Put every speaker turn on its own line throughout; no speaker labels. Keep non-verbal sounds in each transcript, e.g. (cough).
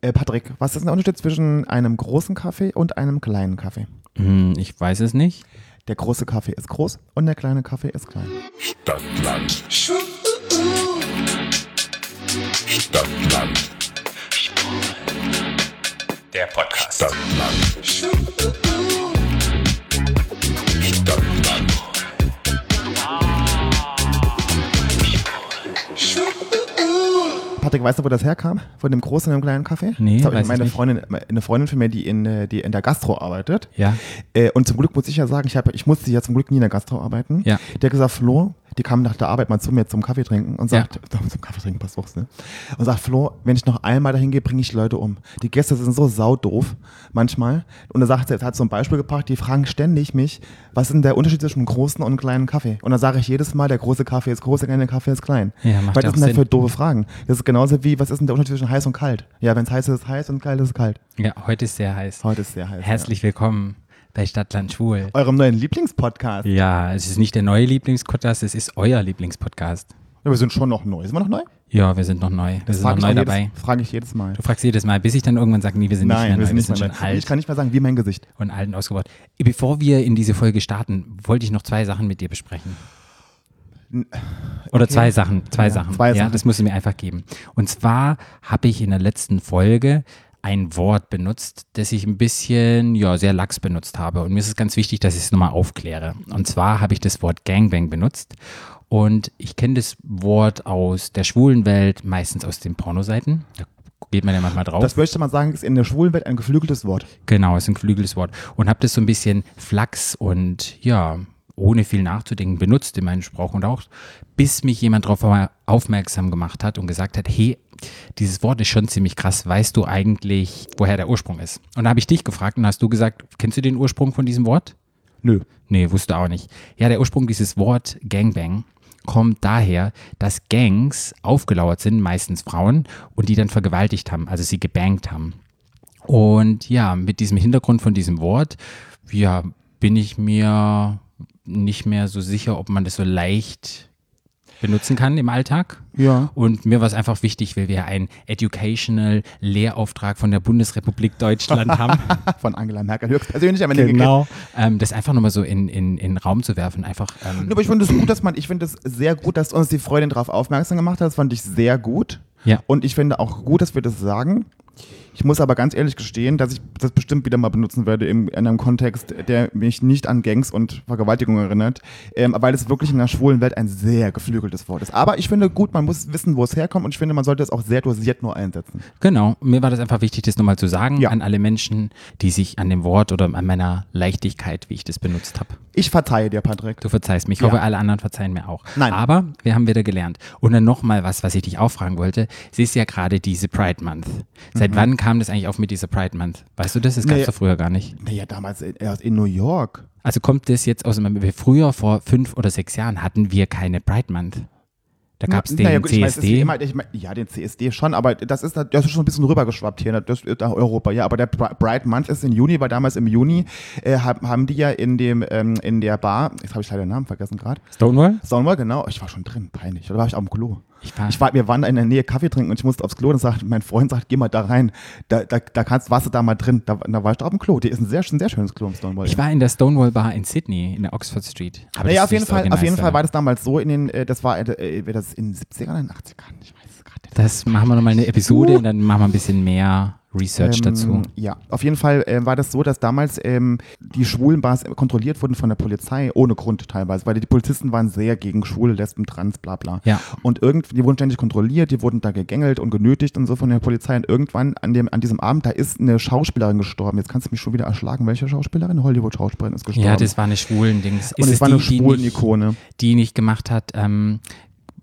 Äh, Patrick, was ist der Unterschied zwischen einem großen Kaffee und einem kleinen Kaffee?
Hm, ich weiß es nicht.
Der große Kaffee ist groß und der kleine Kaffee ist klein.
Stadtland. Stadtland.
Der Podcast.
Stadtland. Stadtland.
Patrick, weißt du, wo das herkam? Von dem großen und dem kleinen Kaffee?
Nee,
das habe
weiß
ich
ich
meine
nicht.
Freundin, eine Freundin von mir, die in, äh, die in der Gastro arbeitet.
Ja.
Äh, und zum Glück muss ich ja sagen, ich, hab, ich musste ja zum Glück nie in der Gastro arbeiten.
Ja.
Der hat gesagt, Flo, die kam nach der Arbeit mal zu mir zum Kaffee trinken und
Ja.
sagt, (laughs) zum Kaffee trinken, pass auf, ne? Und sagt, Flo, wenn ich noch einmal dahin gehe, bringe ich die Leute um. Die Gäste sind so saudoof manchmal. Und er sagt, er hat so ein Beispiel gebracht, die fragen ständig mich, was ist denn der Unterschied zwischen einem großen und einem kleinen Kaffee? Und dann sage ich jedes Mal, der große Kaffee ist groß, der kleine Kaffee ist klein.
Ja, macht
Weil
ja
das
auch
sind halt
Sinn.
für doofe Fragen. Das ist genauso wie, was ist denn der Unterschied zwischen heiß und kalt? Ja, wenn es heiß ist, ist heiß und kalt ist kalt.
Ja, heute ist sehr heiß.
Heute ist sehr heiß.
Herzlich willkommen bei Stadtland Schwul.
Ja. Eurem neuen Lieblingspodcast.
Ja, es ist nicht der neue Lieblingspodcast, es ist euer Lieblingspodcast.
Ja, wir sind schon noch neu. Sind wir noch neu?
Ja, wir sind noch neu. Wir sind noch neu
jedes,
dabei.
frage ich jedes Mal.
Du fragst jedes Mal, bis ich dann irgendwann sage, nee, wir sind
Nein,
nicht mehr
wir
neu,
sind nicht mehr
schon
neu. Ich
alt Oh.
kann nicht mehr sagen, wie mein Gesicht.
und alt und ausgebaut. Bevor wir in diese Folge starten, wollte ich noch zwei Sachen mit dir besprechen. Oder zwei Sachen, zwei
Ja,
Sachen.
zwei
ja,
Sachen.
das musst du mir einfach geben. Und zwar habe ich in der letzten Folge ein Wort benutzt, das ich ein bisschen, ja, sehr lax benutzt habe. Und mir ist es ganz wichtig, dass ich es nochmal aufkläre. Und zwar habe ich das Wort Gangbang benutzt. Und ich kenne das Wort aus der schwulen Welt, meistens aus den Pornoseiten. Da geht man ja manchmal drauf.
Das möchte man sagen, ist in der schwulen Welt ein geflügeltes Wort.
Genau, ist ein geflügeltes Wort. Und habe das so ein bisschen flachs und ja, ohne viel nachzudenken benutzt in meinem Sprach und auch, bis mich jemand darauf aufmerksam gemacht hat und gesagt hat, hey, dieses Wort ist schon ziemlich krass, weißt du eigentlich, woher der Ursprung ist? Und da habe ich dich gefragt und hast du gesagt, kennst du den Ursprung von diesem Wort?
Nö.
Nee, wusste auch nicht. Ja, der Ursprung dieses Wort Gangbang kommt daher, dass Gangs aufgelauert sind, meistens Frauen, und die dann vergewaltigt haben, also sie gebankt haben. Und ja, mit diesem Hintergrund von diesem Wort, ja, bin ich mir nicht mehr so sicher, ob man das so leicht benutzen kann im Alltag.
Ja.
Und mir war es einfach wichtig, weil wir einen Educational Lehrauftrag von der Bundesrepublik Deutschland haben
(laughs) Von Angela Merkel höchstpersönlich am Ende gekriegt.
genau. Ähm, das einfach nochmal so in, in, in den Raum zu werfen, einfach. Ähm,
Aber ich finde es gut, dass man, ich finde es sehr gut, dass uns die Freundin darauf aufmerksam gemacht hat. Das fand ich sehr gut.
Ja.
Und ich finde auch gut, dass wir das sagen. Ich muss aber ganz ehrlich gestehen, dass ich das bestimmt wieder mal benutzen werde im, in einem Kontext, der mich nicht an Gangs und Vergewaltigung erinnert, ähm, weil es wirklich in der schwulen Welt ein sehr geflügeltes Wort ist. Aber ich finde gut, man muss wissen, wo es herkommt und ich finde, man sollte es auch sehr dosiert nur einsetzen.
genau. Mir war das einfach wichtig, das nochmal zu sagen
Ja.
an alle Menschen, die sich an dem Wort oder an meiner Leichtigkeit, wie ich das benutzt habe.
Ich verzeihe dir, Patrick.
Du verzeihst mich. Ich
Ja.
hoffe, alle anderen verzeihen mir auch.
Nein.
Aber wir haben wieder gelernt. Und dann nochmal was, was ich dich auch fragen wollte. Es ist ja gerade diese Pride Month. Seit wann kam das eigentlich auf mit dieser Pride Month? Weißt du das? Das gab es
Mhm. Nee.
doch früher gar nicht.
Naja, damals in- erst in New York.
Also kommt das jetzt aus dem. Früher, vor fünf oder sechs Jahren, hatten wir keine Pride Month. Da gab es den
Naja, gut, ich weiß, das ist
CSD.
immer- ich mein, ja, den CSD schon, aber das ist, das ist schon ein bisschen rübergeschwappt hier ne, das ist nach Europa. Ja, aber der Bri- Bright Month ist im Juni, weil damals im Juni äh, haben haben die ja in, dem, ähm, in der Bar, jetzt habe ich leider den Namen vergessen gerade,
Stonewall?
Stonewall, genau, ich war schon drin, peinlich, da war ich auf dem Klo.
Ich war-
ich war, wir waren da in der Nähe Kaffee trinken und ich musste aufs Klo und sagt, mein Freund sagt, geh mal da rein, da, da, da kannst, warst du da mal drin, da, da war ich da auf dem Klo. Die ist ein sehr, ein sehr schönes Klo im Stonewall.
Ich war in der Stonewall Bar in Sydney, in der Oxford Street. Aber
naja, auf
das ist
jeden,
nicht
Fall, auf
organized,
jeden Fall war
oder?
das damals so, in den, äh, das war äh, äh, das in den 70ern, in den 80ern, ich weiß es gerade nicht.
Das machen wir nochmal eine Episode und dann machen wir ein bisschen mehr Research
Ähm,
dazu.
Ja, auf jeden Fall äh, war das so, dass damals ähm, die schwulen Bars kontrolliert wurden von der Polizei, ohne Grund teilweise, weil die Polizisten waren sehr gegen Schwule, Lesben, Trans, bla bla.
Ja.
Und irgendwie, die wurden ständig kontrolliert, die wurden da gegängelt und genötigt und so von der Polizei. Und irgendwann an, dem, an diesem Abend, da ist eine Schauspielerin gestorben. Jetzt kannst du mich schon wieder erschlagen. Welche Schauspielerin? Hollywood-Schauspielerin ist gestorben.
Ja, das war eine schwulen Dings.
genau. und es war eine Schwulen-Ikone.
die nicht gemacht hat, ähm,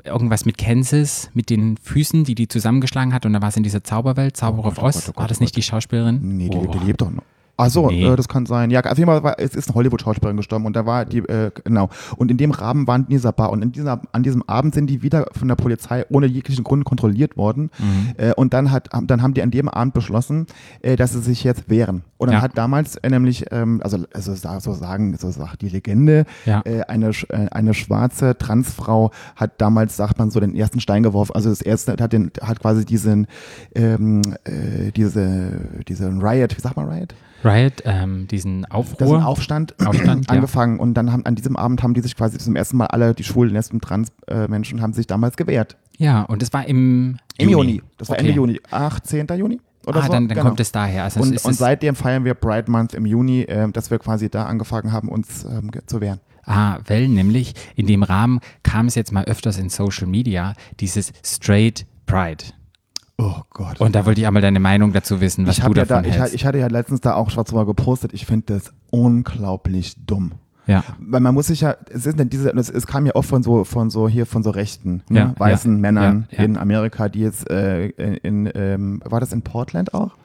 irgendwas mit Kansas, mit den Füßen, die die zusammengeschlagen hat und da war es in dieser Zauberwelt, Zauberer of Oz.
Gott, oh Gott,
war das
oh
nicht die Schauspielerin?
Nee, die,
oh.
die lebt doch noch. Ach so,
Nee.
äh, das kann sein. Ja, auf jeden Fall war, es ist eine Hollywood-Schauspielerin gestorben und da war die, äh, genau. Und in dem Rahmen waren die in dieser Bar und in dieser, an diesem Abend sind die wieder von der Polizei ohne jeglichen Grund kontrolliert worden.
Mhm.
Äh, und dann hat, haben- dann haben die an dem Abend beschlossen, äh, dass sie sich jetzt wehren. Und dann
Ja.
hat damals äh, nämlich, ähm, also, also sa- so sagen, so sagt die Legende,
Ja.
äh, eine, sch- äh, eine schwarze Transfrau hat damals, sagt man so, den ersten Stein geworfen. Also das erste hat den, hat quasi diesen, ähm, äh, diese, diesen Riot, wie sagt man Riot?
Riot, ähm, diesen
Da ist ein
Aufruhr.
Aufstand, (clears throat)
Aufstand, ja.
angefangen und dann haben an diesem Abend haben die sich quasi zum ersten Mal alle die schwulen Lesben, Trans äh, Menschen haben sich damals gewehrt.
ja, und das war im,
Im Juni. Das war Ende Juni, 18. Juni oder
ah,
so.
dann, dann
Genau.
kommt es daher. Also
und,
es ist
und
es-
seitdem feiern wir Pride Month im Juni, ähm, dass wir quasi da angefangen haben, uns ähm, ge- zu wehren.
Ah, weil nämlich in dem Rahmen kam es jetzt mal öfters in Social Media, dieses Straight Pride.
Oh Gott.
Und da wollte ich einmal deine Meinung dazu wissen, was
ich,
du
hab ja
davon
da, ich, ha-
hältst.
ich hatte ja letztens da auch schwarz drüber gepostet. Ich finde das unglaublich dumm.
ja.
Weil man muss sich ja, es ist denn diese, es, es kam ja oft von so, von so hier, von so Rechten, ne?
Ja,
weißen
ja,
Männern
ja, ja.
in Amerika, die jetzt äh, in, ähm, war das in Portland auch?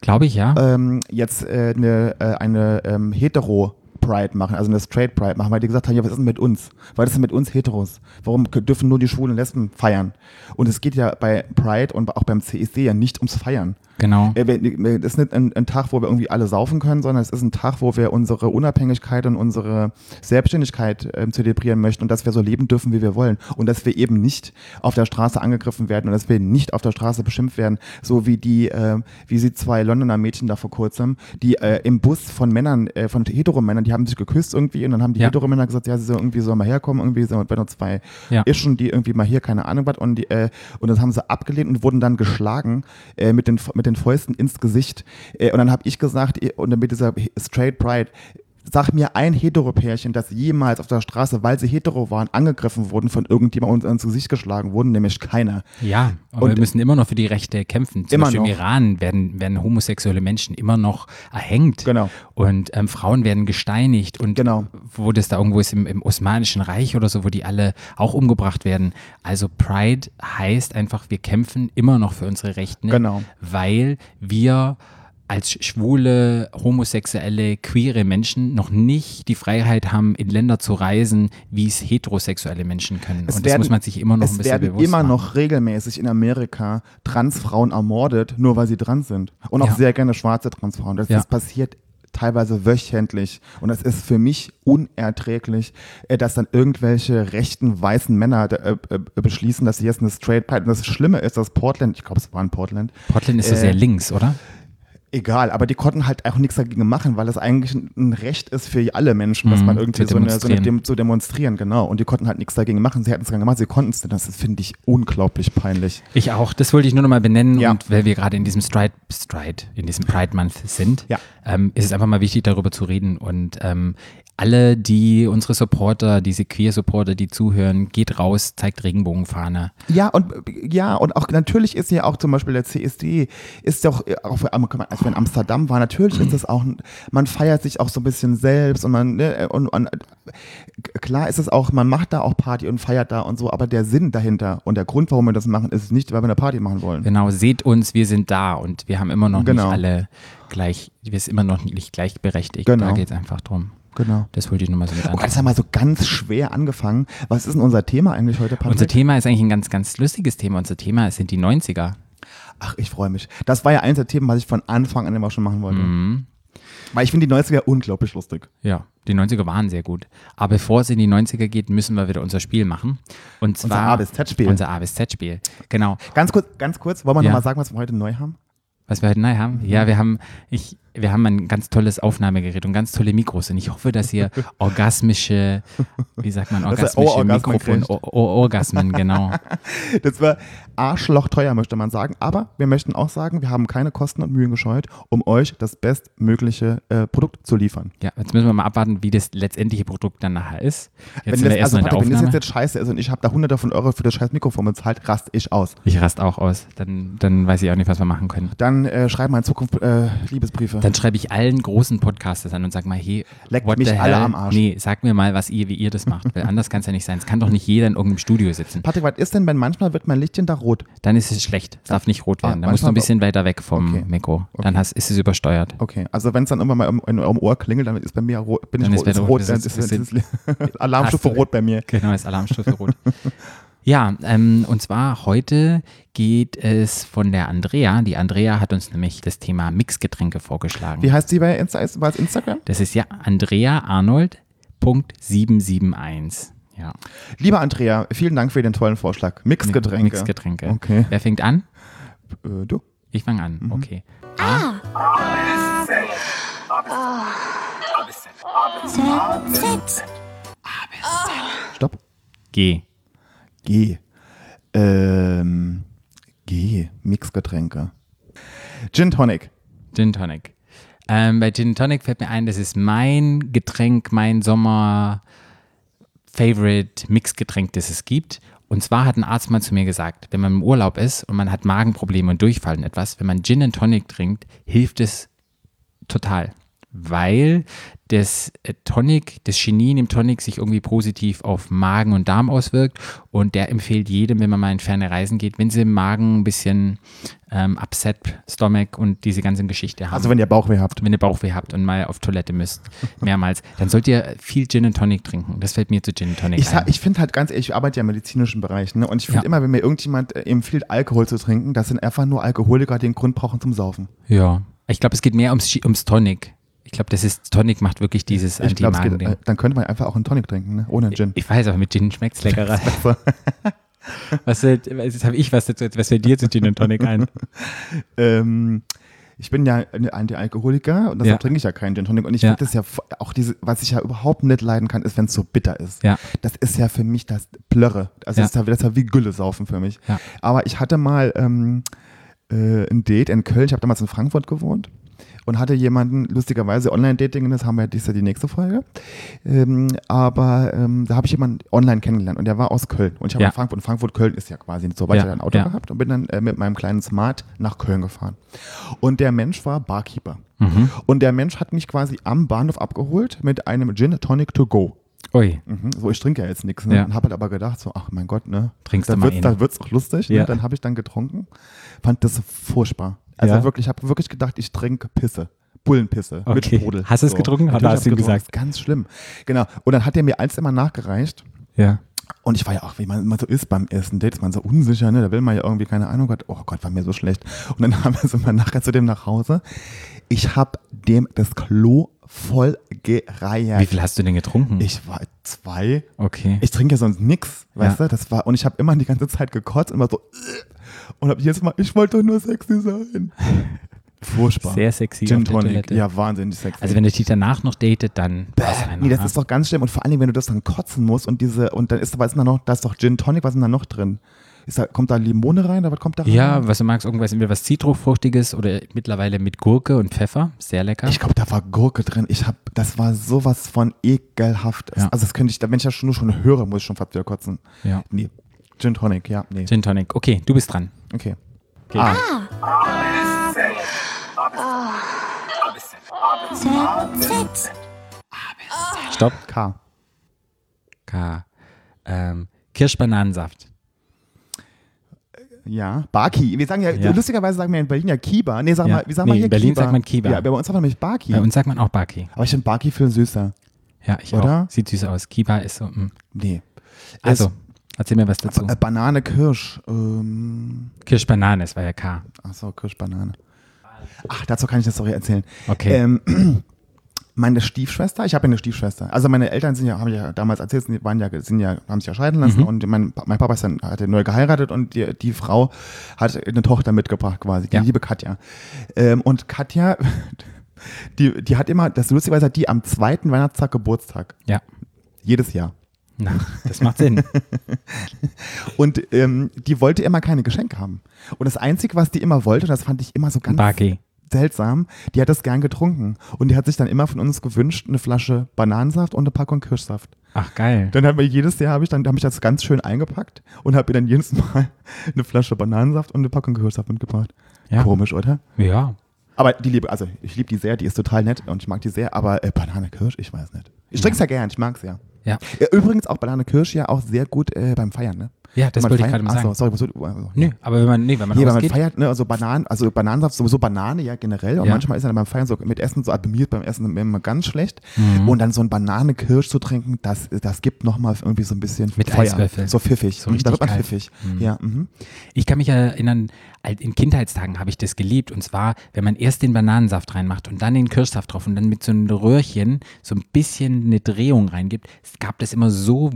Glaube ich, ja.
Ähm, jetzt äh, eine, äh, eine ähm, hetero Pride machen, also eine Straight Pride machen, weil die gesagt haben, ja, was ist denn mit uns? Was ist denn mit uns Heteros? Warum k- dürfen nur die Schwulen und Lesben feiern? Und es geht ja bei Pride und auch beim CSD ja nicht ums Feiern.
genau.
Äh, wir- Das ist nicht ein, ein Tag, wo wir irgendwie alle saufen können, sondern es ist ein Tag, wo wir unsere Unabhängigkeit und unsere Selbstständigkeit ähm, zelebrieren möchten und dass wir so leben dürfen, wie wir wollen. Und dass wir eben nicht auf der Straße angegriffen werden und dass wir nicht auf der Straße beschimpft werden, so wie die, äh, wie sie zwei Londoner Mädchen da vor kurzem, die äh, im Bus von Männern, äh, von Hetero-Männern, die haben sich geküsst irgendwie und dann haben die
Ja.
Hetero-Männer gesagt, ja, sie sollen irgendwie sollen mal herkommen, irgendwie sind wir nur zwei
Ja.
Ischen, die irgendwie mal hier keine Ahnung was und die, äh, und das haben sie abgelehnt und wurden dann geschlagen äh, mit, den, mit den Fäusten ins Gesicht. Äh, und dann habe ich gesagt, eh, und dann mit dieser Straight Pride, sag mir ein Hetero-Pärchen, das jemals auf der Straße, weil sie hetero waren, angegriffen wurden von irgendjemandem und ins Gesicht geschlagen wurden, nämlich keiner.
ja, aber
und-
wir müssen immer noch für die Rechte kämpfen. Zum
Immer
Beispiel
noch.
im Iran werden, werden homosexuelle Menschen immer noch erhängt.
Genau.
Und ähm, Frauen werden gesteinigt. Und
Genau.
wo das da irgendwo ist im, im Osmanischen Reich oder so, wo die alle auch umgebracht werden. Also Pride heißt einfach, wir kämpfen immer noch für unsere Rechte,
Genau.
weil wir als schwule, homosexuelle, queere Menschen noch nicht die Freiheit haben, in Länder zu reisen, wie es heterosexuelle Menschen können. Und das muss man sich immer noch ein
Es
bisschen
werden
bewusst
immer
machen.
noch regelmäßig in Amerika Transfrauen ermordet, nur weil sie trans sind. Und auch
Ja.
sehr gerne schwarze Transfrauen. Das,
Ja.
das passiert teilweise wöchentlich. Und das ist für mich unerträglich, äh, dass dann irgendwelche rechten weißen Männer äh, äh, beschließen, dass sie jetzt eine Straight Pride. Und das Schlimme ist, dass Portland, ich glaube, es war in Portland,
Portland ist so
Äh,
sehr links, oder?
Egal, aber die konnten halt auch nichts dagegen machen, weil das eigentlich ein- ein Recht ist für alle Menschen, dass man irgendwie
zu
so eine, so eine
demonstrieren.
Dem, Mhm, zu demonstrieren, genau. Und die konnten halt nichts dagegen machen. Sie hätten es dann gemacht, sie konnten es denn. Das finde ich unglaublich peinlich.
Ich auch. Das wollte ich nur nochmal benennen.
Ja.
Und weil wir gerade in diesem Stride, Stride, in diesem Pride Month sind,
Ja.
ähm, ist es einfach mal wichtig, darüber zu reden. Und ähm, alle, die unsere Supporter, diese Queer-Supporter, die zuhören, geht raus, zeigt Regenbogenfahne.
Ja, und ja, und auch natürlich ist ja auch zum Beispiel der CSD, ist doch, äh, auch, für- als wir in Amsterdam waren, natürlich ist das auch, ein- man feiert sich auch so ein bisschen selbst und man, ne, und, und klar ist es auch, man macht da auch Party und feiert da und so, aber der Sinn dahinter und der Grund, warum wir das machen, ist nicht, weil wir eine Party machen wollen.
Genau, seht uns, wir sind da und wir haben immer noch
Genau.
nicht alle gleich, wir sind immer noch nicht gleichberechtigt.
Genau.
Da geht es einfach drum.
Genau.
Das wollte ich nur mal so mit
Oh Gott, das
anfangen.
haben wir so ganz schwer angefangen. Was ist denn unser Thema eigentlich heute, Patrick?
Unser Thema ist eigentlich ein ganz, ganz lustiges Thema. Unser Thema sind die 90er.
Ach, ich freue mich. Das war ja eins der Themen, was ich von Anfang an immer schon machen wollte.
Mhm.
Weil ich finde die 90er unglaublich lustig.
Ja, die 90er waren sehr gut. Aber bevor es in die 90er geht, müssen wir wieder unser Spiel machen. Und zwar
A bis Z-Spiel.
Unser A bis Z-Spiel. Genau.
Ganz kurz, ganz kurz, wollen wir
Ja.
nochmal sagen, was wir heute neu haben?
Was wir heute neu haben? Ja, wir haben, ich, wir haben ein ganz tolles Aufnahmegerät und ganz tolle Mikros. Und ich hoffe,
(laughs)
dass ihr orgasmische, wie sagt man,
Dass ihr
orgasmische
Ohrorgasmen
Mikrofon,
kriegt.
Ohr- Ohr- Orgasmen, genau.
Das war Arschloch teuer, möchte man sagen. Aber wir möchten auch sagen, wir haben keine Kosten und Mühen gescheut, um euch das bestmögliche äh, Produkt zu liefern.
Ja, jetzt müssen wir mal abwarten, wie das letztendliche Produkt dann nachher ist. Jetzt sind wir
das, also,
erstmal in der
Patrick, wenn das
Aufnahme.
jetzt, jetzt scheiße ist und ich habe da hunderte von Euro für das scheiß Mikrofon bezahlt, raste ich aus.
ich raste auch aus. Dann, dann weiß ich auch nicht, was wir machen können.
Dann äh, schreiben wir in Zukunft äh, Liebesbriefe.
Dann schreibe ich allen großen Podcasters an und sag mal, hey,
Leckt
what
mich
the
alle
hell?
am Arsch.
Nee, sag mir mal, was ihr, wie ihr das macht, weil anders kann es ja nicht sein. Es kann doch nicht jeder in irgendeinem Studio sitzen.
Patrick, was ist denn, wenn manchmal wird mein Lichtchen da rot?
Dann ist es schlecht. Es darf nicht rot
Ah,
werden. Dann musst du ein
manchmal-
bisschen weiter weg vom
Okay.
Mikro. Dann hast, ist es übersteuert.
Okay, also wenn es dann irgendwann mal im- in eurem Ohr klingelt, dann ist bei mir rot, bin
Dann
ich
ist
rot,
bei
ist
dir-
rot,
das
dann
ist-
ist,
das
ist, Alarmstufe
Hast du-
rot bei mir.
Genau,
(laughs)
ist Alarmstufe rot. Ja, ähm, und zwar heute geht es von der Andrea. Die Andrea hat uns nämlich das Thema Mixgetränke vorgeschlagen.
Wie heißt die bei Insta? Ist- War es Instagram?
Das ist ja Andrea Arnold. Punkt 771. Ja,
Lieber Andrea, vielen Dank für den tollen Vorschlag. Mixgetränke.
Mixgetränke.
Okay.
Wer fängt an?
Äh, du.
Ich fange an. Okay.
Stopp.
G.
G. Ähm, G. Mixgetränke. Gin Tonic.
Gin Tonic. Ähm, bei Gin Tonic fällt mir ein, das ist mein Getränk, mein Sommer-Favorite-Mixgetränk, das es gibt. Und zwar hat ein Arzt mal zu mir gesagt, wenn man im Urlaub ist und man hat Magenprobleme und Durchfall und etwas, wenn man Gin and Tonic trinkt, hilft es total. Weil das äh, Tonic, das Chinin im Tonic sich irgendwie positiv auf Magen und Darm auswirkt. Und der empfiehlt jedem, wenn man mal in ferne Reisen geht, wenn sie im Magen ein bisschen ähm, Upset, Stomach und diese ganze Geschichte haben.
Also wenn ihr Bauchweh habt.
wenn ihr Bauchweh habt und mal auf
(laughs)
Toilette müsst, mehrmals, dann sollt ihr viel Gin and Tonic trinken. Das fällt mir zu Gin and Tonic
Ich,
ein.
sag- ich finde halt ganz ehrlich, ich arbeite ja im medizinischen Bereich, ne? Und ich finde
Ja.
immer, wenn mir irgendjemand äh, empfiehlt, Alkohol zu trinken, das sind einfach nur Alkoholiker, die einen Grund brauchen zum Saufen.
ja. Ich glaube, es geht mehr ums, Chi- ums Tonic. Ich glaube, das ist, Tonic macht wirklich dieses
Ich glaube, es geht.
Anti-Magen-Ding.
äh, Dann könnte man einfach auch einen Tonic trinken, ne? Ohne Gin.
Ich weiß, aber mit Gin schmeckt's leckerer.
(laughs)
(laughs)
besser.
was fällt, jetzt habe ich was dazu, was fällt dir zu Gin and Tonic
(laughs)
ein?
ähm, ich bin ja ein Anti-Alkoholiker und deshalb
Ja.
trinke ich ja keinen Gin Tonic. Und ich
Ja.
finde das ja vo- auch diese, was ich ja überhaupt nicht leiden kann, ist, wenn es so bitter ist.
Ja.
Das ist ja für mich das Blöre. Also
Ja.
das, ist ja, das ist ja wie Gülle saufen für mich.
Ja.
Aber ich hatte mal ähm, äh, ein Date in Köln. Ich habe damals in Frankfurt gewohnt und hatte jemanden, lustigerweise Online-Dating, das haben wir, das ist ja die nächste Folge. Ähm, aber ähm, da habe ich jemanden online kennengelernt und der war aus Köln. Und ich habe
Ja.
in Frankfurt, und Frankfurt, Köln ist ja quasi nicht so weit,
Ja,
ich hatte ein Auto
ja.
gehabt und bin dann äh, mit meinem kleinen Smart nach Köln gefahren. Und der Mensch war Barkeeper.
Mhm.
Und der Mensch hat mich quasi am Bahnhof abgeholt mit einem Gin Tonic to go.
Ui.
Mhm, So, ich trinke ja jetzt nichts. Ne?
Ja.
Und habe halt aber gedacht, so, ach mein Gott, ne?
Trinkst
da
du mal
wird's,
eh
Da
noch.
wird es auch lustig.
Ja.
Ne? Dann habe ich dann getrunken. Fand das furchtbar. Also
Ja.
wirklich, ich habe wirklich gedacht, ich trinke Pisse. Bullenpisse
Okay.
mit Brodel.
Hast du es getrunken? Hat-
Natürlich
hast
hab
du ihm
getrunken.
gesagt?
Ist Ganz schlimm. Genau. Und dann hat er mir eins immer nachgereicht.
Ja.
Und ich war ja auch, wie man immer so ist beim ersten Date, ist man so unsicher, ne? Da will man ja irgendwie keine Ahnung, hat, oh Gott, war mir so schlecht. Und dann (laughs) haben wir so mal nachher zu dem nach Hause. Ich hab dem das Klo voll gereiert.
Wie viel hast du denn getrunken?
Ich war zwei.
Okay.
Ich trinke ja sonst nix, weißt
Ja.
du? Das war, und ich habe immer die ganze Zeit gekotzt und war so, äh, und hab jedes Mal, ich wollte doch nur sexy sein. Furchtbar.
Sehr sexy
Gin
auf der
Tonic.
Toilette.
Ja, wahnsinnig sexy.
also wenn der dich danach noch datet, dann war's einer,
Nee, das
ja.
ist doch ganz schlimm. Und vor allem, wenn du das dann kotzen musst und diese, und dann ist, was ist da noch, da ist doch Gin Tonic, was ist denn da noch drin? Ist da, kommt da Limone rein oder was kommt da rein?
Ja, was du magst, irgendwas, entweder was Zitrusfruchtiges oder mittlerweile mit Gurke und Pfeffer. Sehr lecker.
Ich glaube, da war Gurke drin. Ich hab, das war sowas von ekelhaft.
Ja.
Also das könnte ich, wenn ich das schon, nur schon höre, muss ich schon fast wieder kotzen.
Ja.
Nee. Gin Tonic, ja, nee.
Gin Tonic. Okay, du bist dran.
Okay.
Okay.
Ah.
Ah. Stopp.
K.
K. Ähm, Kirschbananensaft.
Ja, Barki. Wir sagen ja,
Ja.
lustigerweise sagen wir in Berlin ja Kiba. Nee, sag
Ja.
mal, wie sagen wir
Nee, in
hier
Berlin
Kiba?
sagt man Kiba.
Ja, aber bei uns sagt man nämlich Barki.
Bei uns sagt man auch Baki.
Aber ich finde Barki viel süßer.
Ja, ich
Oder?
auch. Sieht süß aus. Kiba ist so. mm.
Nee.
Also, erzähl mir was dazu.
Es- äh, Banane, Kirsch. Ähm,
Kirschbanane, es war ja K.
achso, Kirsch, Banane. Ach, dazu kann ich eine Story erzählen.
Okay.
Ähm, (clears throat) meine Stiefschwester, ich habe ja eine Stiefschwester. Also meine Eltern sind ja, haben ja damals erzählt, sind, waren ja, sind ja, haben sich ja scheiden lassen
Mhm.
und mein, Pa- mein Papa ist dann, hat ja neu geheiratet und die, die Frau hat eine Tochter mitgebracht quasi, die
Ja.
liebe Katja. Ähm, und Katja, (laughs) die, die hat immer, das lustigerweise hat die am zweiten Weihnachtstag Geburtstag,
Ja.
jedes Jahr.
Na, das
(laughs)
macht Sinn.
Und ähm, die wollte immer keine Geschenke haben. Und das Einzige, was die immer wollte, und das fand ich immer so ganz
Baki.
seltsam, die hat das gern getrunken. Und die hat sich dann immer von uns gewünscht, eine Flasche Bananensaft und eine Packung Kirschsaft.
Ach, geil.
Dann haben wir jedes Jahr, habe ich, dann, hab ich das ganz schön eingepackt und habe ihr dann (laughs) jedes Mal eine Flasche Bananensaft und eine Packung Kirschsaft mitgebracht.
Ja.
Komisch, oder?
Ja.
Aber die liebe, also ich liebe die sehr, die ist total nett und ich mag die sehr, aber äh, Banane Kirsch, ich weiß nicht. Ich trink's ja gern, ich mag's ja.
Ja.
Ja, Übrigens auch Banane Kirsch ja auch sehr gut äh, beim Feiern, ne?
Ja, das
Wenn man
wollte ich
feiert-
gerade mal
Ach so,
sagen.
Sorry, was, also,
Nö, aber wenn man, nee, wenn man
Nee, weil man
rausgeht-
feiert, ne, also Bananen, also Bananensaft, sowieso Banane ja generell. Und
Ja.
manchmal ist ja dann beim Feiern so mit Essen, so bei mir ist beim Essen immer ganz schlecht.
Mhm.
Und dann so ein Banane-Kirsch zu trinken, das, das gibt nochmal irgendwie so ein bisschen
Mit
Feuer.
Eiswürfeln.
So pfiffig.
So
Mhm, da
richtig
wird man
geil.
pfiffig. Ja, mhm.
Ich kann mich erinnern, alt- in Kindheitstagen habe ich das geliebt. Und zwar, wenn man erst den Bananensaft reinmacht und dann den Kirschsaft drauf und dann mit so einem Röhrchen so ein bisschen eine Drehung reingibt, es gab das immer so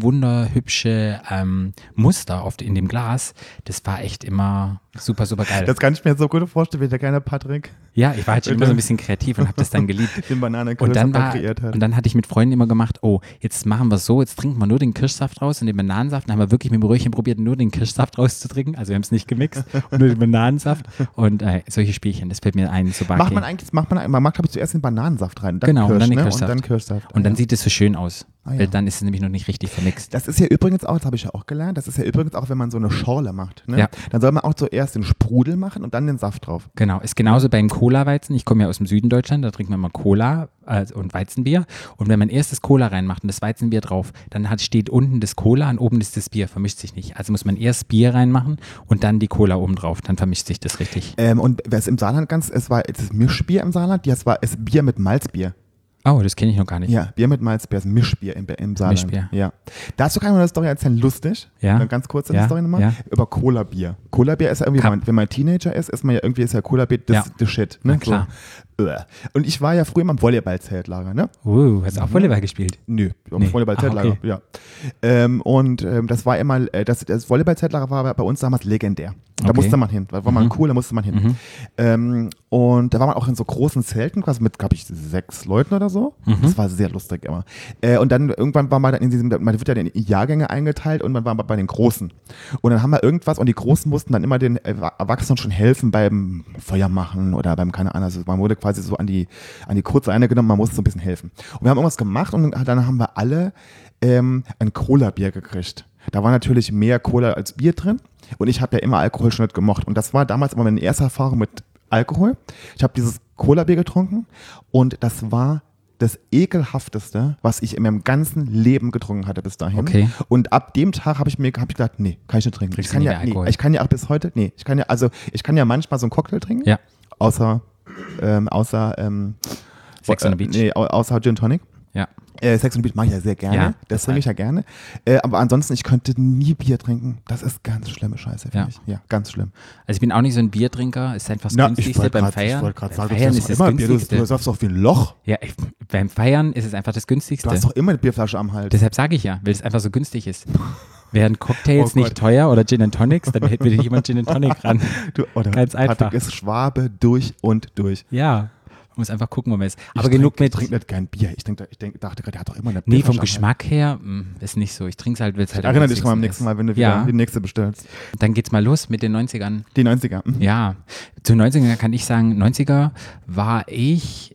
wunderhübsche ähm, Muster oft in dem Glas. Das war echt immer super, super geil.
Das kann ich mir jetzt so gut vorstellen, wie der kleine Patrick
ja, ich war halt schon immer so ein bisschen kreativ und habe das
(laughs)
dann geliebt.
den Bananenkirsch
Und dann,
da
war,
kreiert hat.
und dann hatte ich mit Freunden immer gemacht, oh, jetzt machen wir es so, jetzt trinken wir nur den Kirschsaft raus und den Bananensaft. Dann haben wir wirklich mit dem Röhrchen probiert, nur den Kirschsaft rauszutrinken. Also wir haben es nicht
(laughs)
gemixt, nur den Bananensaft. Und äh, solche Spielchen, das fällt mir ein zu
Macht
Barcake.
man eigentlich, macht man, man macht, glaube ich, zuerst den Bananensaft rein, dann
Genau,
Kirsch,
und dann den
ne?
Kirschsaft.
Und dann Kirschsaft.
und dann
Ja.
sieht es so schön aus,
Ah, ja.
weil dann ist es nämlich noch nicht richtig vermixt.
Das ist ja übrigens auch, das habe ich ja auch gelernt, das ist ja übrigens auch, wenn man so eine Schorle macht. Ne?
Ja.
Dann soll man auch zuerst den Sprudel machen und dann den Saft drauf.
Genau, ist genauso beim Cola-Weizen. Ich komme ja aus dem Süden Deutschland, da trinkt man mal Cola äh, und Weizenbier. Und wenn man erst das Cola reinmacht und das Weizenbier drauf, dann hat, steht unten das Cola und oben ist das Bier, vermischt sich nicht. Also muss man erst Bier reinmachen und dann die Cola oben drauf, dann vermischt sich das richtig.
Ähm, und wer es im Saarland ganz, es war es ist Mischbier im Saarland, ja, es war es Bier mit Malzbier.
Oh, das kenne ich noch gar nicht.
Ja, Bier mit Malzbier ist Mischbier im, im Saarland.
Mischbier.
Ja. Dazu kann ich mal eine Story erzählen, lustig.
Ja.
Eine ganz kurze
Ja,
Story nochmal.
ja.
Über Cola-Bier. Cola-Bier ist ja irgendwie,
Kann-
wenn man- wenn man Teenager ist, ist man ja irgendwie, ist ja Cola-Bier das
Ja.
the shit. Ne?
Na klar.
So. Uah. Und ich war ja früher immer im Volleyball-Zeltlager, ne?
Uh, hast du auch Volleyball gespielt?
Nö, wir haben
Nee.
Volleyball-Zeltlager,
Ah, okay.
ja. Ähm, und ähm, das war immer, äh, das, das Volleyball-Zeltlager war bei uns damals legendär. Da
Okay.
musste man hin, da war man cool, da musste man hin. Ähm, und da war man auch in so großen Zelten, quasi mit, glaube ich, sechs Leuten oder so. Das war sehr lustig immer. Äh, und dann irgendwann war man dann in diesem, man wird ja in Jahrgänge eingeteilt und man war bei den Großen. Und dann haben wir irgendwas und die Großen mussten dann immer den Erwa- Erwachsenen schon helfen beim Feuer machen oder beim, keine Ahnung, also man wurde quasi so an die, an die kurze Leine genommen, man musste so ein bisschen helfen. Und wir haben irgendwas gemacht und dann haben wir alle ähm, ein Cola-Bier gekriegt. Da war natürlich mehr Cola als Bier drin und ich habe ja immer Alkohol schon nicht gemocht. Und das war damals immer meine erste Erfahrung mit Alkohol. Ich habe dieses Cola-Bier getrunken und das war das ekelhafteste, was ich in meinem ganzen Leben getrunken hatte bis dahin.
Okay.
Und ab dem Tag habe ich mir hab ich gedacht, nee, kann ich nicht trinken. Ich
Trinkst
kann,
du nie
ja,
mehr
nee,
Alkohol?
ich kann ja auch bis heute, nee, ich kann ja, also ich kann ja manchmal so einen Cocktail trinken,
Ja.
außer, ähm, außer, ähm,
Sex on the
äh,
Beach.
Nee, au- außer Gin Tonic.
Ja.
Äh, Sex on the Beach mache ich ja sehr gerne.
Ja,
das trinke ich ja gerne. Äh, aber ansonsten, ich könnte nie Bier trinken. Das ist ganz schlimme Scheiße, finde
Ja.
ich. Ja, ganz schlimm.
Also ich bin auch nicht so ein Biertrinker, ist einfach das günstigste beim Feiern. beim Feiern ist das günstigste.
saufst doch wie ein Loch.
ja, ich, beim Feiern ist es einfach das günstigste.
Du hast doch immer eine Bierflasche am Hals.
Deshalb sage ich ja, weil es einfach so
(laughs)
günstig ist. Wären Cocktails
Oh Gott.
nicht teuer oder Gin and Tonics, dann hätte wieder jemand Gin
(laughs)
and Tonic ran.
Du, oder
Ganz einfach.
Patrick ist Schwabe durch und durch.
Ja, man muss einfach gucken, wo man ist. Aber genug
trink, Ich
mit.
trinke nicht gern Bier. Ich, denk, ich denk, dachte gerade, der hat doch immer eine
Nee,
Bierflasche
vom
am Hals.
Geschmack her mh, ist nicht so. Ich trinke es halt, weil es halt am
Erinnere dich mal am nächsten
günstigsten ist.
Mal, wenn du wieder
ja,
die nächste bestellst.
Dann geht's mal los mit den 90ern.
Die 90er. Mhm.
Ja, zu 90er kann ich sagen, 90er war ich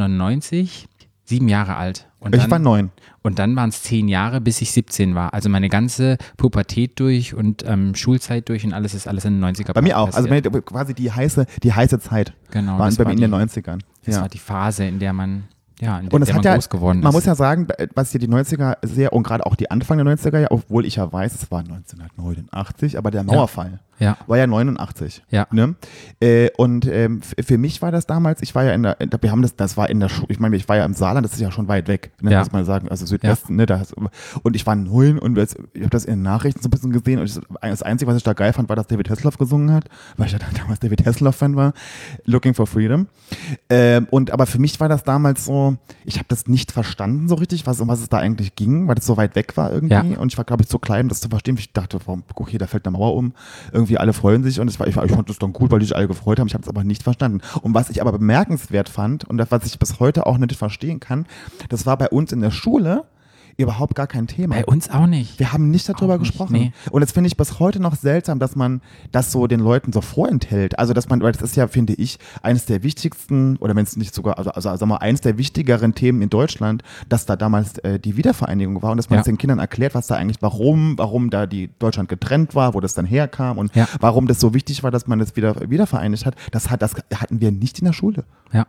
1990 sieben Jahre alt. Und
Ich
dann-
war neun.
Und dann waren es zehn Jahre, bis ich 17 war. Also meine ganze Pubertät durch und ähm, Schulzeit durch und alles ist alles in den 90er.
Bei mir auch. Also
passiert.
meine, quasi die heiße, die heiße Zeit
Genau,
waren
das
bei
war
mir in den
die-
90ern.
das
Ja.
war die Phase, in der man, ja, in der,
Und es
der
hat
man
ja,
groß geworden
man
ist.
muss ja sagen, was hier die 90er sehr und gerade auch die Anfang der 90er, ja, obwohl ich ja weiß, es war 1989, aber der Mauerfall
Ja.
war ja 89.
Ja.
Ne? Äh, und ähm, f- für mich war das damals, ich war ja in der, wir haben das, das war in der Schule, ich meine, ich war ja im Saarland, das ist ja schon weit weg, ne,
Ja.
muss man sagen, also Südwesten, ne, da ist, und ich war neun und das, ich habe das in den Nachrichten so ein bisschen gesehen und ich, das Einzige, was ich da geil fand, war, dass David Hasselhoff gesungen hat, weil ich ja damals David Hasselhoff-Fan war, Looking for Freedom. Ähm, und aber für mich war das damals so, ich habe das nicht verstanden so richtig, was, um was es da eigentlich ging, weil das so weit weg war irgendwie.
Ja.
Und ich war, glaube ich, zu klein, um das zu verstehen. Ich dachte, warum, okay, da fällt eine Mauer um. Irgendwie alle freuen sich und ich, war, ich, war, ich fand das dann gut, weil die sich alle gefreut haben. Ich habe es aber nicht verstanden. Und was ich aber bemerkenswert fand und das, was ich bis heute auch nicht verstehen kann, das war bei uns in der Schule. überhaupt gar kein Thema.
Bei uns auch nicht.
Wir haben nicht darüber
Auch nicht,
gesprochen.
nee.
Und das finde ich bis heute noch seltsam, dass man das so den Leuten so vorenthält. Also, dass man, weil das ist ja, finde ich, eines der wichtigsten, oder wenn es nicht sogar, also, also sag mal, eines der wichtigeren Themen in Deutschland, dass da damals äh, die Wiedervereinigung war und dass man
Ja.
es den Kindern erklärt, was da eigentlich, warum, warum da die Deutschland getrennt war, wo das dann herkam und
Ja.
warum das so wichtig war, dass man das wieder, wieder vereinigt hat. Das, hat. das hatten wir nicht in der Schule.
Ja.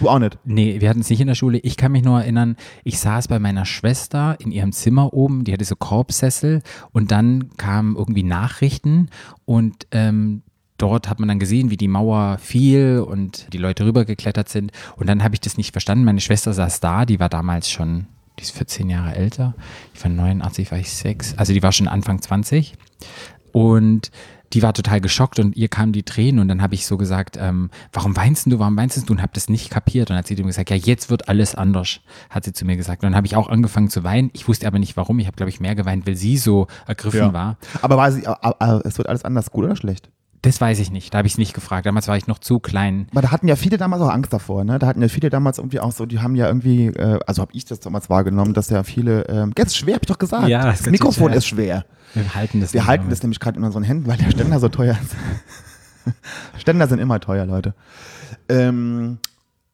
Du auch nicht.
Nee, wir hatten es nicht in der Schule. Ich kann mich nur erinnern, ich saß bei meiner Schwester in ihrem Zimmer oben, die hatte so Korbsessel und dann kamen irgendwie Nachrichten und ähm, dort hat man dann gesehen, wie die Mauer fiel und die Leute rübergeklettert sind und dann habe ich das nicht verstanden. Meine Schwester saß da, die war damals schon, die ist 14 Jahre älter, ich war 89, war ich 6, also die war schon Anfang 20 und die war total geschockt und ihr kamen die Tränen und dann habe ich so gesagt, ähm, warum weinst denn du, warum weinst denn du und habe das nicht kapiert. Und dann hat sie dem gesagt, ja, jetzt wird alles anders, hat sie zu mir gesagt. Und dann habe ich auch angefangen zu weinen. Ich wusste aber nicht warum. Ich habe, glaube ich, mehr geweint, weil sie so ergriffen war.
Aber war sie, aber, aber es wird alles anders, gut oder schlecht?
Das weiß ich nicht. Da habe ich es nicht gefragt. Damals war ich noch zu klein.
Aber da hatten ja viele damals auch Angst davor, ne? Da hatten ja viele damals irgendwie auch so, die haben ja irgendwie, äh, also habe ich das damals wahrgenommen, dass ja viele, ähm, jetzt schwer, hab ich doch gesagt.
Ja, das
das
ist ganz
Mikrofon
schwer.
ist schwer.
Wir halten das.
Wir
nicht
halten
mehr.
das nämlich gerade in unseren Händen, weil der Ständer so teuer ist. (laughs) Ständer sind immer teuer, Leute. Ähm,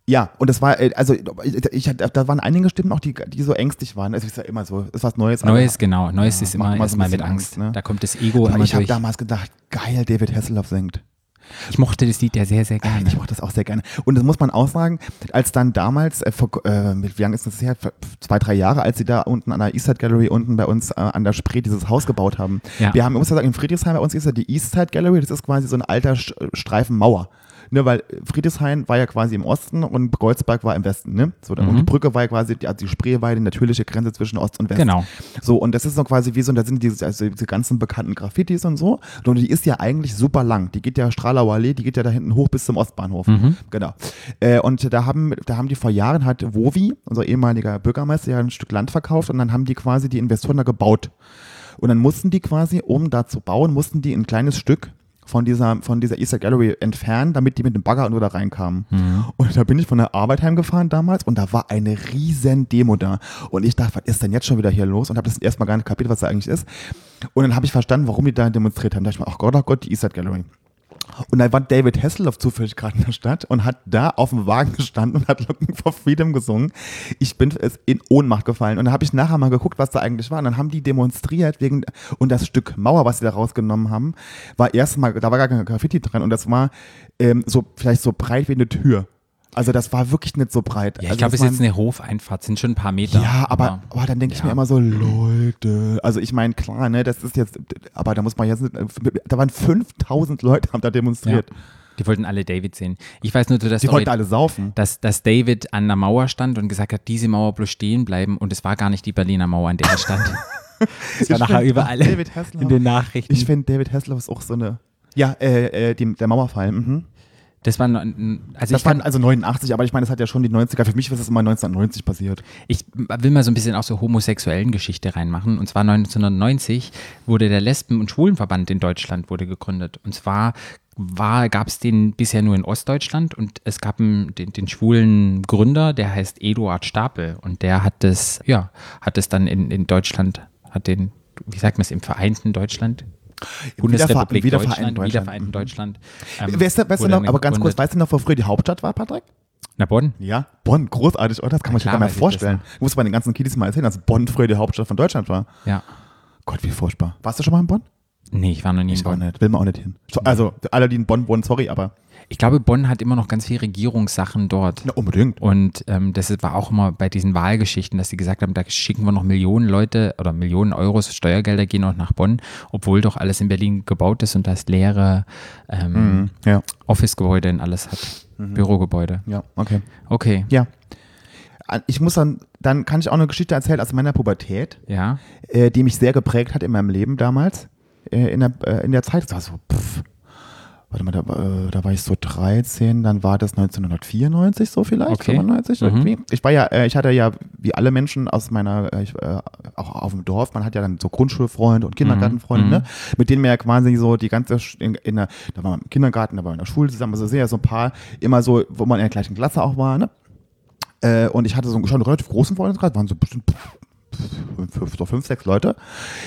ja, und das war, äh, also ich, ich, da waren einige Stimmen auch, die, die so ängstlich waren. Es ist ja immer so, ist was Neues. aber-
Neues, genau. Neues ist
macht
immer
immer so ein
erstmal mit
bisschen
Angst.
Angst, ne?
Da kommt das Ego
Aber
immer
ich habe
durch.
damals gedacht, geil, David Hasselhoff singt.
Ich mochte das Lied ja sehr, sehr gerne.
Ich mochte das auch sehr gerne. Und das muss man auch sagen, als dann damals, äh, vor, äh, mit- wie lange ist das her? Vor Zwei, drei Jahre, als sie da unten an der Eastside Gallery unten bei uns äh, an der Spree dieses Haus gebaut haben.
Ja.
Wir haben, ich muss ja sagen, in Friedrichshain bei uns ist ja die Eastside Gallery, das ist quasi so ein alter Sch- äh, Streifen Mauer. Ne, weil Friedrichshain war ja quasi im Osten und Kreuzberg war im Westen. Ne? So,
Mhm.
Und die Brücke war ja quasi, die- also die Spree war die natürliche Grenze zwischen Ost und West.
Genau.
So, und das ist so quasi wie so, und da sind diese, also diese ganzen bekannten Graffitis und so. Und die ist ja eigentlich super lang. Die geht ja Stralauer Allee, die geht ja da hinten hoch bis zum Ostbahnhof. Genau. Äh, und da haben, da haben die vor Jahren hat Wovi, unser ehemaliger Bürgermeister, ja ein Stück Land verkauft und dann haben die quasi die Investoren da gebaut. Und dann mussten die quasi, um da zu bauen, mussten die ein kleines Stück von dieser, von dieser Easter Gallery entfernen, damit die mit dem Bagger nur da reinkamen. Und da bin ich von der Arbeit heimgefahren damals und da war eine riesen Demo da. Und ich dachte, was ist denn jetzt schon wieder hier los? Und habe das erstmal gar nicht kapiert, was da eigentlich ist. Und dann habe ich verstanden, warum die da demonstriert haben. Da dachte ich mir, ach Gott, ach Gott, die Easter Gallery. Und dann war David Hasselhoff zufällig gerade in der Stadt und hat da auf dem Wagen gestanden und hat Looking for Freedom gesungen. Ich bin es in Ohnmacht gefallen. Und dann habe ich nachher mal geguckt, was da eigentlich war. Und dann haben die demonstriert wegen, und das Stück Mauer, was sie da rausgenommen haben, war erstmal, da war gar kein Graffiti dran und das war ähm, so, vielleicht so breit wie eine Tür. Also das war wirklich nicht so breit.
Ja, ich
also
glaube,
das
es ist
waren-
jetzt eine Hofeinfahrt, sind schon ein paar Meter. Genau.
ja, aber, aber dann denke ich
ja.
mir immer so, Leute, also ich meine, klar, ne, das ist jetzt, aber da muss man jetzt, da waren 5000 Leute, haben da
Ja.
demonstriert.
Die wollten alle David sehen. Ich weiß nur, dass
Die wollten alle saufen.
dass, dass David an der Mauer stand und gesagt hat, diese Mauer bloß stehen bleiben und es war gar nicht die Berliner Mauer, an der
(laughs)
er stand. Es war
Ich
nachher
find-
überall
David Hasselhoff.
in den Nachrichten.
Ich finde, David Hasselhoff ist auch so eine. Ja, äh, äh, die, der Mauerfall. Mhm.
das war, noch ein- also ich,
Das
kann,
war also 89, aber ich meine, das hat ja schon die 90er. Für mich ist das immer 1990 passiert.
ich will mal so ein bisschen auch so homosexuellen Geschichte reinmachen. Und zwar 1990 wurde der Lesben- und Schwulenverband in Deutschland wurde gegründet. Und zwar war, gab es den bisher nur in Ostdeutschland und es gab einen, den, den schwulen Gründer, der heißt Eduard Stapel und der hat das, ja, hat das dann in, in Deutschland, hat den, wie sagt man es, im vereinten Deutschland Bundesrepublik
Wiederver-
Deutschland,
Wiedervereint Deutschland.
Wiedervereinten Deutschland. ähm,
Weißt du, weißt du
wurde
noch,
dann
aber ganz kurz,
gegründet.
weißt du noch, wo früher die Hauptstadt war, Patrick?
Na Bonn?
Ja. Bonn, großartig, oder? Das kann man sich
klar
gar nicht
weiß
mehr
ich
vorstellen. Muss man den ganzen Kiddies mal erzählen, dass Bonn früher die Hauptstadt von Deutschland war.
Ja.
Gott, wie furchtbar. Warst du schon mal in Bonn?
Nee, ich war noch nie in
Ich auch
Bonn.
nicht. Will man auch nicht hin. So, Also, alle, die in Bonn wohnen, sorry, aber.
Ich glaube, Bonn hat immer noch ganz viele Regierungssachen dort.
Na, unbedingt.
Und ähm, das war auch immer bei diesen Wahlgeschichten, dass sie gesagt haben, da schicken wir noch Millionen Leute oder Millionen Euros Steuergelder gehen noch nach Bonn, obwohl doch alles in Berlin gebaut ist und das leere ähm,
Mhm, Ja.
Office-Gebäude und alles hat. Bürogebäude.
Ja, okay.
Okay.
Mhm. Ja. Ich muss dann, dann kann ich auch eine Geschichte erzählen aus meiner Pubertät.
Ja.
äh, die mich sehr geprägt hat in meinem Leben damals. Äh, in, der, äh, in der Zeit, das war so, pff, warte mal, da, war- äh, da war ich so 13, dann war das 1994 so vielleicht,
Okay.
95
Mhm.
irgendwie. Ich war ja, äh, ich hatte ja, wie alle Menschen aus meiner, äh, ich, äh, auch auf dem Dorf, man hat ja dann so Grundschulfreunde
Mhm.
und Kindergartenfreunde, ne? mit denen man ja quasi so die ganze, Sch- in, in der, da war man im Kindergarten, da war man in der Schule zusammen, also sehr so ein paar, immer so, wo man in der gleichen Klasse auch war, ne? Äh, und ich hatte so einen, schon einen relativ großen Freundeskreis, waren so bestimmt pff, fünf, fünf, so fünf sechs Leute,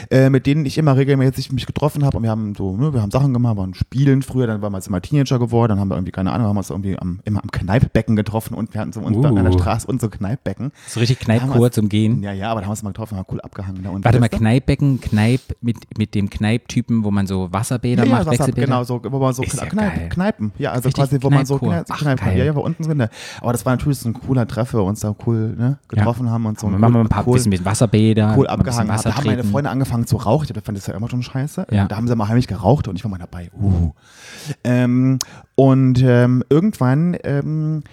äh, mit denen ich immer regelmäßig mich getroffen habe und wir haben so, ne, wir haben Sachen gemacht, waren spielen früher, dann waren wir jetzt mal Teenager geworden, dann haben wir irgendwie, keine Ahnung, haben wir uns irgendwie am, immer am Kneippbecken getroffen und wir hatten so uns
Uh.
an der Straße unsere Kneippbecken.
So richtig
Da haben
Kneipchor
wir's-
zum Gehen.
Ja, ja, aber da haben wir uns mal getroffen, haben cool abgehangen. ne, Da unten.
Warte mal,
Weißt du?
Kneippbecken, Kneip mit, mit dem Kneiptypen, wo man so Wasserbäder
ja,
macht,
Wasser,
Wechselbäder.
genau, so, wo man so
Ist ja
Kneipen,
geil.
Kneipen, ja, also
Richtig
quasi, wo man so
Kneipkur.
Kneipen,
Ach,
Kneipen
geil.
ja, ja, bei uns drin. ne, Aber das war natürlich so ein cooler Treff, wo wir uns da cool ne, getroffen haben und so.
Machen wir ein paar
cool,
bisschen mit Wasserbäder.
cool
mal ein bisschen
abgehangen haben.
Wasser
Da haben meine
treten.
Freunde angefangen zu rauchen. Ich hab- fand das ja immer schon scheiße.
Ja.
Da haben sie mal heimlich geraucht und ich war mal dabei. Uh. Ähm, und ähm, irgendwann ähm,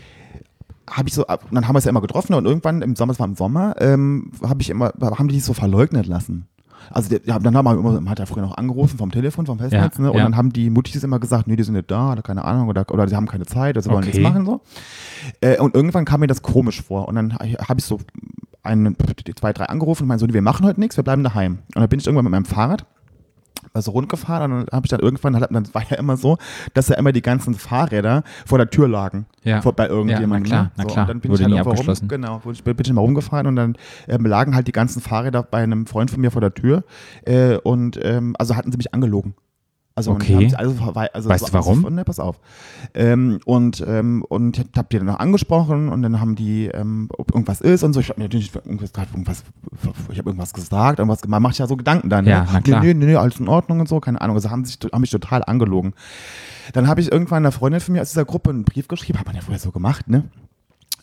habe ich so, ab- und dann haben wir es ja immer getroffen und irgendwann im Sommer, es war im Sommer, ähm, habe ich immer, haben die sich so verleugnet lassen. Also die, ja, dann haben wir immer, man hat ja früher noch angerufen vom Telefon, vom Festnetz,
Ja,
ne? Und
ja.
dann haben die Muttis immer gesagt, nee, die sind nicht da oder keine Ahnung oder, oder sie haben keine Zeit oder sie wollen
Okay.
nichts machen so. Äh, und irgendwann kam mir das komisch vor. Und dann habe ich so einen, zwei, drei angerufen und meinte so, nee, wir machen heute nichts, wir bleiben daheim. Und dann bin ich irgendwann mit meinem Fahrrad also rundgefahren und dann habe ich dann irgendwann, hat- dann war ja immer so, dass ja immer die ganzen Fahrräder vor der Tür lagen.
Ja.
Vor, bei irgendjemandem.
Ja, na klar,
ne?
na
so,
klar.
Und dann bin
Wurde
ich halt
nie
irgendwo
abgeschlossen.
Rum, genau, wurde ich, bin ich mal rumgefahren und dann ähm, lagen halt die ganzen Fahrräder bei einem Freund von mir vor der Tür äh, und ähm, also hatten sie mich angelogen. Also, man-
Okay.
haben sie also, verwe- also
Weißt
so
du warum?
Ne, pass auf. Ähm, und ähm, und ich hab die dann noch angesprochen und dann haben die, ähm, ob irgendwas ist und so. Ich habe natürlich irgendwas, grad irgendwas, ich habe irgendwas gesagt, irgendwas gemacht. Mach ich ja so Gedanken dann.
Ja,
ne?
na klar.
Nee, nee, nee, alles in Ordnung und so, keine Ahnung. Also haben, sich, haben mich total angelogen. Dann habe ich irgendwann einer Freundin von mir aus dieser Gruppe einen Brief geschrieben, hat man ja früher so gemacht, ne?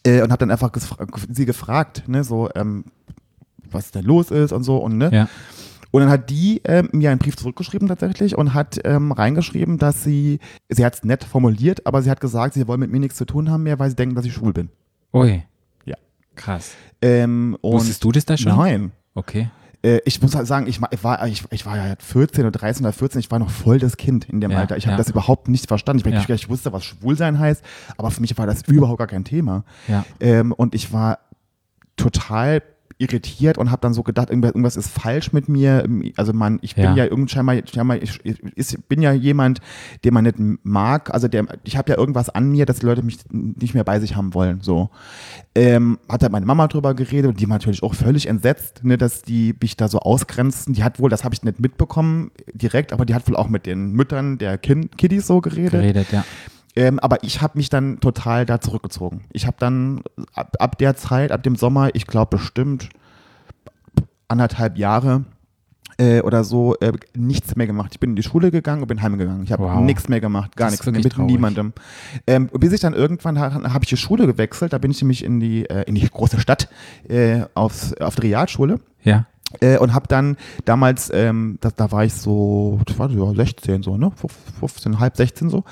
Äh, und habe dann einfach gefra sie gefragt, ne, so, ähm, was denn los ist und so und ne?
Ja.
Und dann hat die ähm, mir einen Brief zurückgeschrieben tatsächlich und hat ähm, reingeschrieben, dass sie, sie hat es nett formuliert, aber sie hat gesagt, sie wollen mit mir nichts zu tun haben mehr, weil sie denken, dass ich schwul bin.
Ui.
Ja.
Krass.
Ähm, und
Wusstest du das da schon?
Nein.
Okay.
Äh, ich muss halt sagen, ich ma- ich war, ich, ich war ja 14 oder 13 oder 14, ich war noch voll das Kind in dem
Ja,
Alter. Ich habe
ja.
das überhaupt nicht verstanden. Ich, mein,
Ja.
ich, ich wusste, was Schwulsein heißt, aber für mich war das überhaupt gar kein Thema.
Ja.
Ähm, und ich war total irritiert und habe dann so gedacht, irgendwas, irgendwas ist falsch mit mir. Also man, ich bin
Ja.
ja, irgend scheinbar, scheinbar ich, ich bin ja jemand, den man nicht mag. Also der, ich habe ja irgendwas an mir, dass die Leute mich nicht mehr bei sich haben wollen. So ähm, hat halt meine Mama drüber geredet und die war natürlich auch völlig entsetzt, ne, dass die mich da so ausgrenzen. Die hat wohl, das habe ich nicht mitbekommen direkt, aber die hat wohl auch mit den Müttern der kind Kiddies so geredet.
Geredet, ja.
Ähm, aber ich habe mich dann total da zurückgezogen. Ich habe dann ab, ab der Zeit, ab dem Sommer, ich glaube bestimmt anderthalb Jahre äh, oder so, äh, nichts mehr gemacht. Ich bin in die Schule gegangen und bin heimgegangen. Ich habe
Wow.
nichts mehr gemacht, gar
Das ist
nichts mehr
wirklich
mit
traurig.
niemandem. Ähm, bis ich dann irgendwann habe ich die Schule gewechselt. Da bin ich nämlich in die äh, in die große Stadt äh, aufs, auf die Realschule.
Ja.
Äh, und habe dann damals, ähm, da, da war ich so, das war ja 16 so, ne? 15, halb 16 so.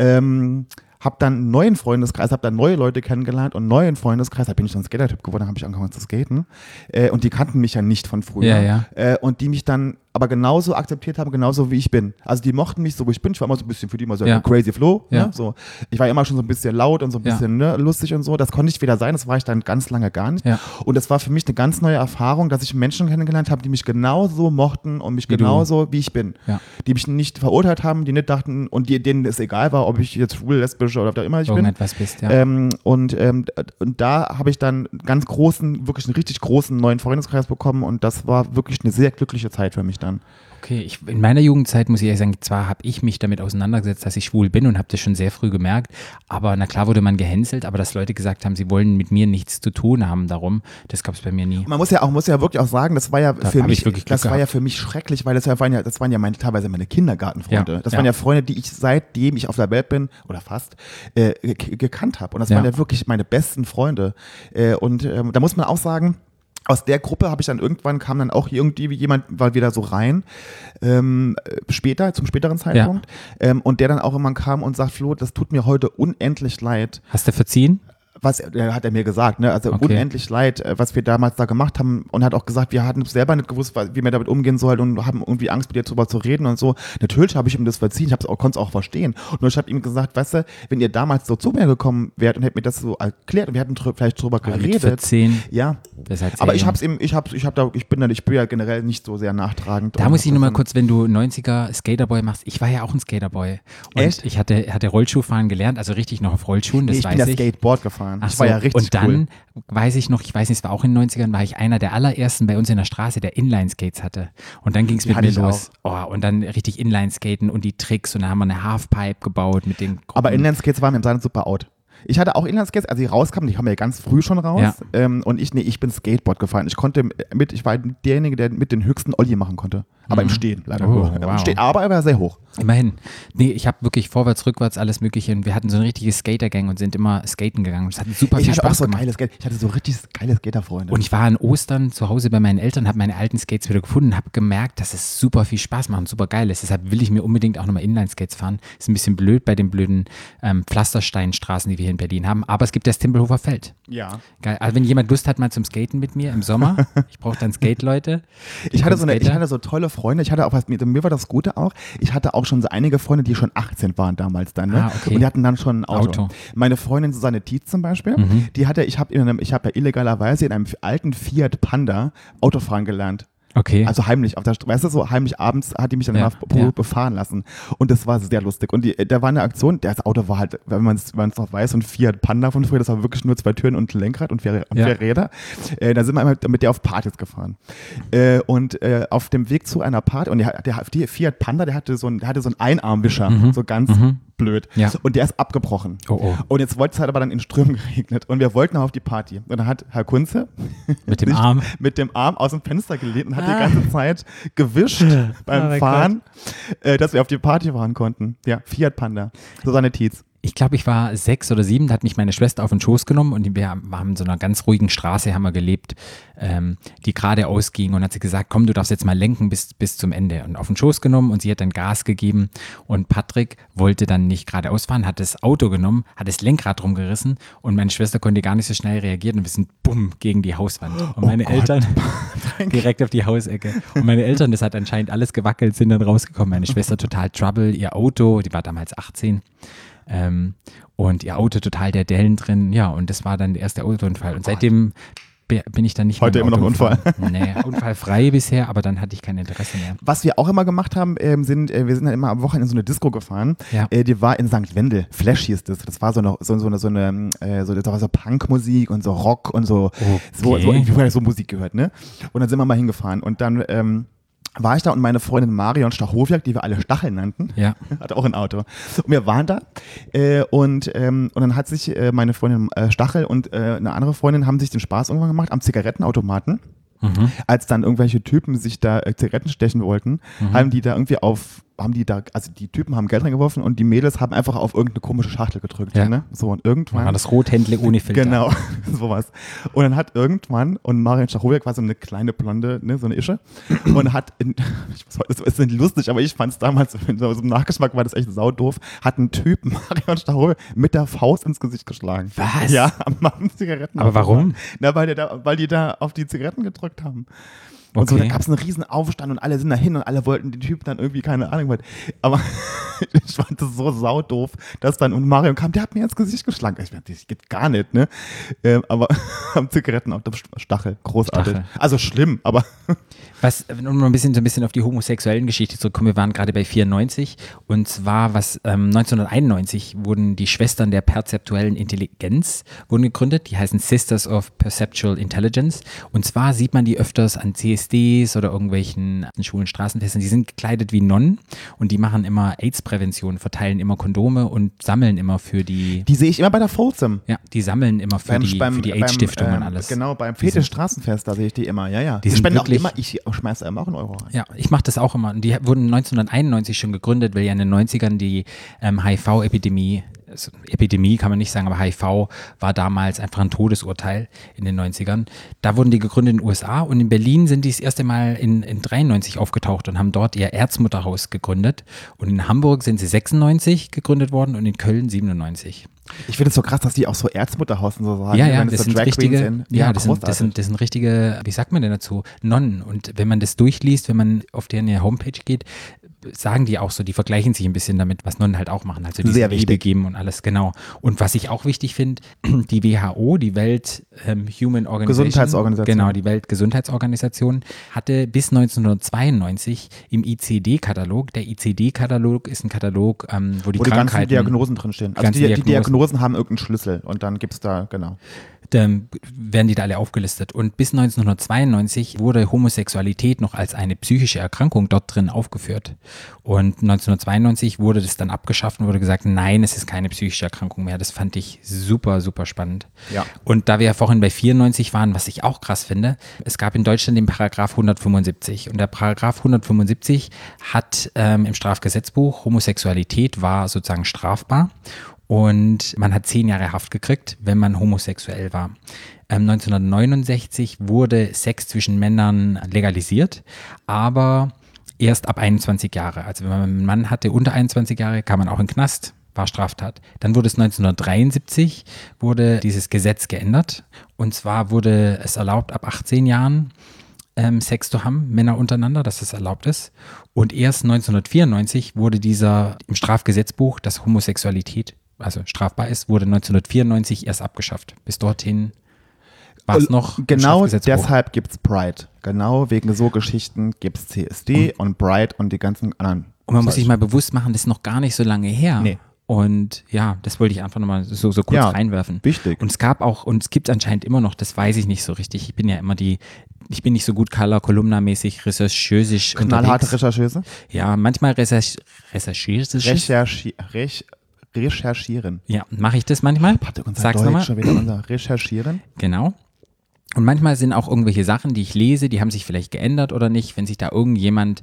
Ähm, habe dann einen neuen Freundeskreis, habe dann neue Leute kennengelernt und einen neuen Freundeskreis, da bin ich so ein Skater-Typ geworden, habe ich angefangen zu skaten. Äh, und die kannten mich ja nicht von früher.
Ja, ja.
Äh, und die mich dann aber genauso akzeptiert haben, genauso wie ich bin. Also die mochten mich so, wie ich bin. Ich war immer so ein bisschen für die immer so
Ja.
crazy flow.
Ja.
Ne? So. Ich war immer schon so ein bisschen laut und so ein
Ja.
bisschen ne, lustig und so. Das konnte ich wieder sein, das war ich dann ganz lange gar nicht.
Ja.
Und das war für mich eine ganz neue Erfahrung, dass ich Menschen kennengelernt habe, die mich genauso mochten und mich
Wie du.
genauso, wie ich bin.
Ja.
Die mich nicht verurteilt haben, die nicht dachten und die, denen es egal war, ob ich jetzt schwul, lesbisch oder was auch immer ich bin.
Irgendetwas bist, ja.
Ähm, und, ähm, d- und da habe ich dann einen ganz großen, wirklich einen richtig großen neuen Freundeskreis bekommen und das war wirklich eine sehr glückliche Zeit für mich dann.
Okay, ich, in meiner Jugendzeit muss ich ehrlich sagen, zwar habe ich mich damit auseinandergesetzt, dass ich schwul bin und habe das schon sehr früh gemerkt, aber na klar wurde man gehänselt, aber dass Leute gesagt haben, sie wollen mit mir nichts zu tun haben darum, das gab es bei mir nie.
Man muss ja auch, muss ja wirklich auch sagen, das war ja für
Mhm. hab
mich,
ich wirklich Glück
das war ja
gehabt.
für mich schrecklich, weil das ja waren ja, das waren ja meine, teilweise meine Kindergartenfreunde.
Ja,
das
ja.
waren ja Freunde, die ich seitdem ich auf der Welt bin oder fast äh, ge- gekannt habe. Und das
Ja.
waren ja wirklich meine besten Freunde. Äh, und ähm, da muss man auch sagen. Aus der Gruppe habe ich dann irgendwann kam dann auch irgendwie jemand mal wieder so rein, ähm, äh, später, zum späteren Zeitpunkt, ähm, und der dann auch immer kam und sagt, Flo, das tut mir heute unendlich leid,
Hast du verziehen?
was er, hat er mir gesagt, ne? Also
Okay.
unendlich leid, äh, was wir damals da gemacht haben und hat auch gesagt, wir hatten selber nicht gewusst, wa- wie wir damit umgehen sollen und haben irgendwie Angst, mit dir drüber zu reden und so. Natürlich habe ich ihm das verziehen, ich hab's auch- konnte es auch verstehen. Nur ich habe ihm gesagt, weißt du, wenn ihr damals so zu mir gekommen wärt und hättet mir das so erklärt und wir hätten drü- vielleicht drüber
Mit
geredet.
14.
Ja,
Das ist halt sehr
aber ich
jung.
hab's eben, ich hab's, ich hab da, ich bin da, ich bin ja generell nicht so sehr nachtragend.
Da
Und
muss ich
hab
nochmal
das
kurz, wenn du 90er Skaterboy machst, ich war ja auch ein Skaterboy. Und
Echt?
ich hatte, hatte Rollschuhfahren gelernt, also richtig noch auf Rollschuhen,
dann-
das
Nee, ich
weiß
bin ja
ich.
Skateboard gefahren. Mann.
Ach
das war
so,
ja richtig
Und
cool.
dann weiß ich noch, ich weiß nicht, es war auch in den 90ern, war ich einer der allerersten bei uns in der Straße, der Inline-Skates hatte. Und dann ging es mit
hatte
mir
ich
los. Oh, und dann richtig Inline-Skaten und die Tricks und dann haben wir eine Halfpipe gebaut mit den Gruppen.
Aber Inlineskates waren im Saarland super out. Ich hatte auch Inlineskates, als die rauskamen, die kamen ja ganz früh schon raus.
Ja.
Ähm, und ich, nee, ich bin Skateboard gefahren. Ich konnte mit, ich war derjenige, der mit den höchsten Olli machen konnte. Aber im Stehen, leider.
Oh,
Im
wow.
Stehen, aber er war sehr hoch.
Immerhin. Nee, ich habe wirklich vorwärts, rückwärts, alles Mögliche. Und wir hatten so eine richtige Skater-Gang und sind immer skaten gegangen. Und es hat super
Ich
viel
hatte auch
Spaß
so
gemacht.
geiles Skate. Ich hatte so richtig geile Skaterfreunde.
Und ich war an Ostern zu Hause bei meinen Eltern, habe meine alten Skates wieder gefunden, habe gemerkt, dass es super viel Spaß macht und super geil ist. Deshalb will ich mir unbedingt auch nochmal Inline-Skates fahren. Ist ein bisschen blöd bei den blöden ähm, Pflastersteinstraßen, die wir hier in Berlin haben. Aber es gibt das Tempelhofer Feld.
ja.
Geil. Also wenn jemand Lust hat, mal zum Skaten mit mir im Sommer. Ich brauche dann Skate-Leute. Die
Ich hatte,
können
so eine, ich
Skater.
hatte so tolle Freunde. Ich hatte auch was, mir, mir war das Gute auch. Ich hatte auch schon so einige Freunde, die schon 18 waren damals dann. Ne?
Ah, okay.
Und die hatten dann schon ein Auto.
Auto. Mhm.
Meine Freundin Susanne Tietz zum Beispiel, die hatte, ich habe hab ja illegalerweise in einem alten Fiat Panda Autofahren gelernt.
Okay.
Also heimlich, auf der, Str- weißt du, so heimlich abends hat die mich dann
Ja,
mal be-
ja.
befahren lassen. Und das war sehr lustig. Und die, da war eine Aktion, das Auto war halt, wenn man es noch weiß, so ein Fiat Panda von früher, das war wirklich nur zwei Türen und ein Lenkrad und vier, und
Ja.
vier Räder. Äh, da sind wir einmal mit der auf Partys gefahren. Äh, und äh, auf dem Weg zu einer Party, und der, der, der Fiat Panda, der hatte so einen, der hatte so einen Einarmwischer, so ganz blöd.
Mhm. Ja.
Und der ist abgebrochen.
Oh, oh.
Und jetzt wollte es halt aber dann in Strömen (laughs) geregnet. Und wir wollten noch auf die Party. Und dann hat Herr Kunze
Mit dem
sich
Arm.
mit dem Arm aus dem Fenster gelehnt und hat
Ah.
die ganze Zeit
(laughs)
gewischt
Oh
beim
mein
Fahren, äh, dass wir auf die Party fahren konnten. Ja, Fiat Panda. Susanne Tietz. (laughs)
ich glaube, ich war sechs oder sieben, da hat mich meine Schwester auf den Schoß genommen und wir haben in so einer ganz ruhigen Straße haben wir gelebt, ähm, die geradeaus ging und hat sie gesagt, komm, du darfst jetzt mal lenken bis, bis zum Ende. Und auf den Schoß genommen und sie hat dann Gas gegeben und Patrick wollte dann nicht geradeaus fahren, hat das Auto genommen, hat das Lenkrad rumgerissen und meine Schwester konnte gar nicht so schnell reagieren und wir sind bumm gegen die Hauswand. Und meine
Gott.
Eltern direkt auf die Hausecke. Und meine Eltern, das hat anscheinend alles gewackelt, sind dann rausgekommen. Meine Schwester total Trouble, ihr Auto, die war damals 18. Ähm, und ihr Auto total der Dellen drin. Ja, und das war dann der erste Autounfall. Und seitdem be- bin ich dann nicht
Oh Heute
mehr. im
immer noch
Auto
ein
gefahren. Nee, unfallfrei bisher, aber dann hatte ich kein Interesse mehr.
Was wir auch immer gemacht haben, ähm, sind, äh, wir sind dann immer am Wochenende in so eine Disco gefahren.
Ja.
Äh, die war in St. Wendel. Flash hieß das. Das war so eine, so, so eine, so eine äh, so, das war so Punkmusik und so Rock und so, so, so,
Okay.
so, so Musik gehört, ne? Und dann sind wir mal hingefahren. Und dann, ähm, war ich da und meine Freundin Marion Stachowiak, die wir alle Stachel nannten,
Ja.
(laughs) hatte auch ein Auto. Und wir waren da äh, und, ähm, und dann hat sich äh, meine Freundin äh, Stachel und äh, eine andere Freundin haben sich den Spaß irgendwann gemacht am Zigarettenautomaten.
Mhm.
Als dann irgendwelche Typen sich da äh, Zigaretten stechen wollten,
Mhm.
haben die da irgendwie auf, haben die da, also die Typen haben Geld reingeworfen und die Mädels haben einfach auf irgendeine komische Schachtel gedrückt.
Ja.
Ne? So und irgendwann.
War das Rothändle ohne Filter.
Genau, (laughs) sowas. Und dann hat irgendwann, und Marion Stachowiak war so eine kleine Blonde, ne, so eine Ische, und hat, in, (laughs) ich weiß, heute- es ist lustig, aber ich fand es damals, (laughs) so im Nachgeschmack war das echt saudoof, hat einen Typ, (laughs) Marion Stachowiak, mit der Faust ins Gesicht geschlagen.
Was?
Ja, am, am Zigaretten.
Aber warum?
Na, weil die, da, weil die da auf die Zigaretten gedrückt haben. Und so,
Okay.
da gab es einen riesen Aufstand und alle sind dahin und alle wollten den Typen dann irgendwie, keine Ahnung, was. Aber (laughs) ich fand das so saudoof, dass dann und Marion kam, der hat mir ins Gesicht geschlagen. Ich dachte, das geht gar nicht, ne? Ähm, aber (laughs) am Zigaretten auf dem Stachel, großartig.
Stachel.
Also schlimm, aber (laughs)
Was, um mal ein bisschen, so ein bisschen auf die homosexuellen Geschichte zurückzukommen, wir waren gerade bei 94 und zwar was ähm, 1991 wurden die Schwestern der perzeptuellen Intelligenz wurden gegründet, die heißen Sisters of Perceptual Intelligence und zwar sieht man die öfters an CSDs oder irgendwelchen schwulen Straßenfesten, die sind gekleidet wie Nonnen und die machen immer AIDS-Prävention, verteilen immer Kondome und sammeln immer für die,
die sehe ich immer bei der Folsom.
ja, die sammeln immer für die, für die AIDS-Stiftung und
ähm,
alles.
Genau, beim Fetisch-Straßenfest, da sehe ich die immer, ja, ja.
Die sind
spenden auch
wirklich-
immer, ich schmeiße einem auch einen Euro rein.
Ja, ich mache das auch immer. Und die wurden 1991 schon gegründet, weil ja in den 90ern die ähm, HIV-Epidemie, also Epidemie kann man nicht sagen, aber HIV war damals einfach ein Todesurteil in den 90ern. Da wurden die gegründet in den USA und in Berlin sind die das erste Mal in, in 93 aufgetaucht und haben dort ihr Erzmutterhaus gegründet. Und in Hamburg sind sie 96 gegründet worden und in Köln 97.
Ich finde es so krass, dass die auch so Erzmutterhaus und so sagen.
Ja,
ne,
ja,
wenn es
das
so
sind
Drag Queens
richtige,
sind.
ja, das, sind,
großartig.
das, sind, das sind richtige, wie sagt man denn dazu, Nonnen. Und wenn man das durchliest, wenn man auf deren Homepage geht, sagen die auch so, die vergleichen sich ein bisschen damit, was Nonnen halt auch machen, also diese
Sehr
Liebe
wichtig.
geben und alles, genau. Und was ich auch wichtig finde, (clears throat) die WHO, die Welt ähm, Human Organization,
Gesundheitsorganisation.
genau, die Weltgesundheitsorganisation, hatte bis 1992 im ICD-Katalog, der ICD-Katalog ist ein Katalog, ähm, wo die
Wo die ganzen
Krankheiten,
Diagnosen drinstehen. Also
ganzen
die, die
Diagnosen.
Diagnosen. haben irgendeinen Schlüssel und dann gibt es da, genau.
ähm, werden die da alle aufgelistet. Und bis 1992 wurde Homosexualität noch als eine psychische Erkrankung dort drin aufgeführt. Und 1992 wurde das dann abgeschafft und wurde gesagt, nein, es ist keine psychische Erkrankung mehr. Das fand ich super, super spannend.
Ja.
Und da wir ja vorhin bei 94 waren, was ich auch krass finde, es gab in Deutschland den Paragraph 175. Und der Paragraph 175 hat ähm, im Strafgesetzbuch Homosexualität war sozusagen strafbar. Und man hat zehn Jahre Haft gekriegt, wenn man homosexuell war. Ähm, 1969 wurde Sex zwischen Männern legalisiert, aber erst ab 21 Jahre. Also wenn man einen Mann hatte unter 21 Jahre, kam man auch in den Knast, war Straftat. Dann wurde es 1973, wurde dieses Gesetz geändert. Und zwar wurde es erlaubt, ab 18 Jahren ähm, Sex zu haben, Männer untereinander, dass das erlaubt ist. Und erst 1994 wurde dieser im Strafgesetzbuch, dass Homosexualität, also strafbar ist, wurde 1994 erst abgeschafft. Bis dorthin war es
Und
noch im
Genau
Strafgesetzbuch.
deshalb gibt es Pride. Genau wegen so Geschichten gibt es CSD und Pride und die ganzen anderen.
Und man muss sich mal bewusst machen, das ist noch gar nicht so lange her.
Nee.
Und ja, das wollte ich einfach nochmal so, so kurz
Ja,
reinwerfen.
wichtig.
Und es gab auch, und es gibt anscheinend immer noch, das weiß ich nicht so richtig. Ich bin ja immer die, ich bin nicht so gut color kolumnamäßig recherchösisch
Knallharte
unterwegs.
Rechercheuse.
Ja, manchmal recherch recherchösisch.
Recherchi rech recherchieren.
Ja, mache ich das manchmal?
Warte, unser
Sag's
Deutsch
nochmal.
schon wieder unser Recherchieren.
Genau. Und manchmal sind auch irgendwelche Sachen, die ich lese, die haben sich vielleicht geändert oder nicht, wenn sich da irgendjemand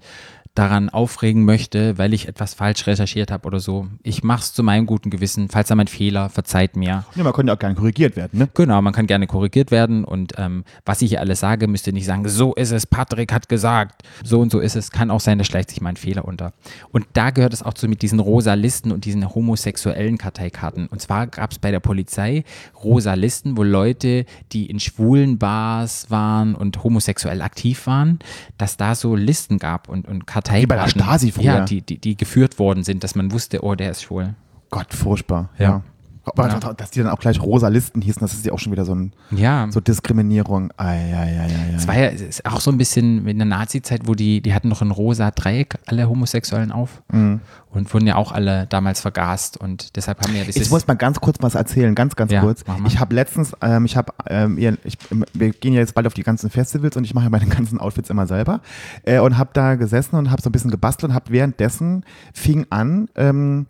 daran aufregen möchte, weil ich etwas falsch recherchiert habe oder so. Ich mache es zu meinem guten Gewissen. Falls da mein Fehler, verzeiht mir.
Ja, man könnte auch gerne korrigiert werden, ne?
Genau, man kann gerne korrigiert werden und ähm, was ich hier alles sage, müsst ihr nicht sagen, so ist es, Patrick hat gesagt, so und so ist es. Kann auch sein, da schleicht sich mal ein Fehler unter. Und da gehört es auch zu mit diesen rosa Listen und diesen homosexuellen Karteikarten. Und zwar gab es bei der Polizei rosa Listen, wo Leute, die in schwulen Bars waren und homosexuell aktiv waren, dass da so Listen gab und, und Karteikarten.
bei der Stasi früher.
Ja, die, die, die geführt worden sind, dass man wusste, oh, der ist schwul.
Gott, furchtbar.
Ja.
Aber
Ja.
dass die dann auch gleich rosa Listen hießen, das ist ja auch schon wieder so, ein,
Ja.
so Diskriminierung. Ei, ei, ei, ei,
Es
ei.
war ja es ist auch so ein bisschen in der Nazi-Zeit, wo die, die hatten noch ein rosa Dreieck alle Homosexuellen auf
Mhm.
und wurden ja auch alle damals vergast und deshalb haben wir ja
Ich
dieses.
muss mal ganz kurz was erzählen, ganz, ganz
Ja,
kurz.
mach mal.
Ich habe letztens, ähm, ich habe, ähm, ihr- ich, wir gehen ja jetzt bald auf die ganzen Festivals und ich mache ja meine (laughs) ganzen Outfits immer selber äh, und habe da gesessen und habe so ein bisschen gebastelt und habe währenddessen fing an ähm,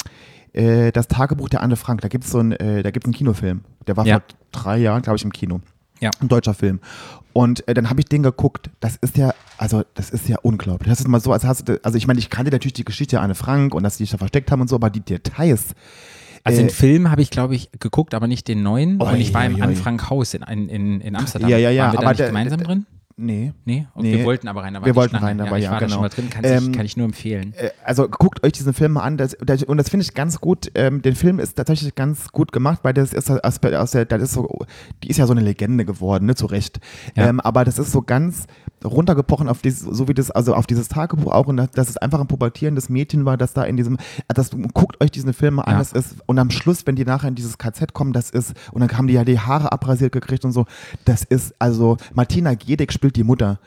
äh, das Tagebuch der Anne Frank. Da gibt's so ein, äh, da gibt's einen Kinofilm. Der war
Ja.
vor drei Jahren, glaube ich, im Kino.
ja.
Ein deutscher Film. Und äh, dann habe ich den geguckt. Das ist ja, also das ist ja unglaublich. Das ist mal so, als hast du, also ich meine, ich kannte natürlich die Geschichte der Anne Frank und dass die sich da versteckt haben und so, aber die Details,
Also
äh,
den Film habe ich, glaube ich, geguckt, aber nicht den neuen.
Oi,
und ich war im
oi, oi.
Anne Frank Haus in, in, in, in Amsterdam.
Ja, ja, ja,
Waren wir da
aber
nicht
der-
gemeinsam
der-
drin?
nee.
Nee? Und
Nee.
Wir wollten aber rein, da war
Wir
die
wollten
Schlange.
rein, da war-
ich
ja,
war da
genau.
schon mal drin, kann,
Ähm,
ich, kann ich nur empfehlen.
äh, also guckt euch diesen Film mal an. Das, das, und das finde ich ganz gut. Ähm, den Film ist tatsächlich ganz gut gemacht, weil das ist aus, aus der, das ist so, die ist ja so eine Legende geworden, ne, zu Recht.
Ja.
Ähm, aber das ist so ganz runtergebrochen auf dieses, so wie das, also auf dieses Tagebuch auch und dass, dass es einfach ein pubertierendes Mädchen war, das da in diesem, das, guckt euch diesen Film mal an,
Ja.
das ist, und am Schluss, wenn die nachher in dieses KZ kommen, das ist, und dann haben die ja die Haare abrasiert gekriegt und so, das ist, also Martina Gedeck spielt die Mutter.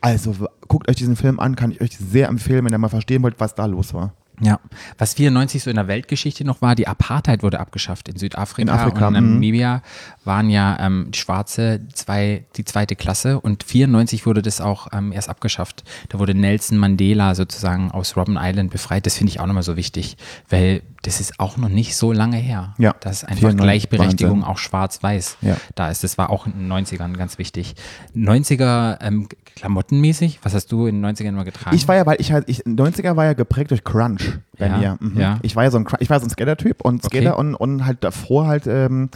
Also w- guckt euch diesen Film an, kann ich euch sehr empfehlen, wenn ihr mal verstehen wollt, was da los war.
Ja, was 94 so in der Weltgeschichte noch war, die Apartheid wurde abgeschafft in Südafrika,
In Afrika,
und
mhm.
Namibia waren ja ähm, Schwarze zwei, die zweite Klasse und 94 wurde das auch ähm, erst abgeschafft. Da wurde Nelson Mandela sozusagen aus Robben Island befreit. Das finde ich auch nochmal so wichtig, weil das ist auch noch nicht so lange her.
Ja,
Das ist einfach
94,
Gleichberechtigung,
Wahnsinn.
auch schwarz-weiß.
Ja.
Da ist, das war auch in den 90ern ganz wichtig. 90er ähm, klamottenmäßig, was hast du in den 90ern mal getragen?
Ich war ja, weil ich halt, ich, 90er war ja geprägt durch Crunch bei
Ja,
mir. Mhm.
ja.
Ich war ja so ein, Cr- ich war so ein Skater-Typ und
Okay.
Skater und, und halt davor halt, ähm,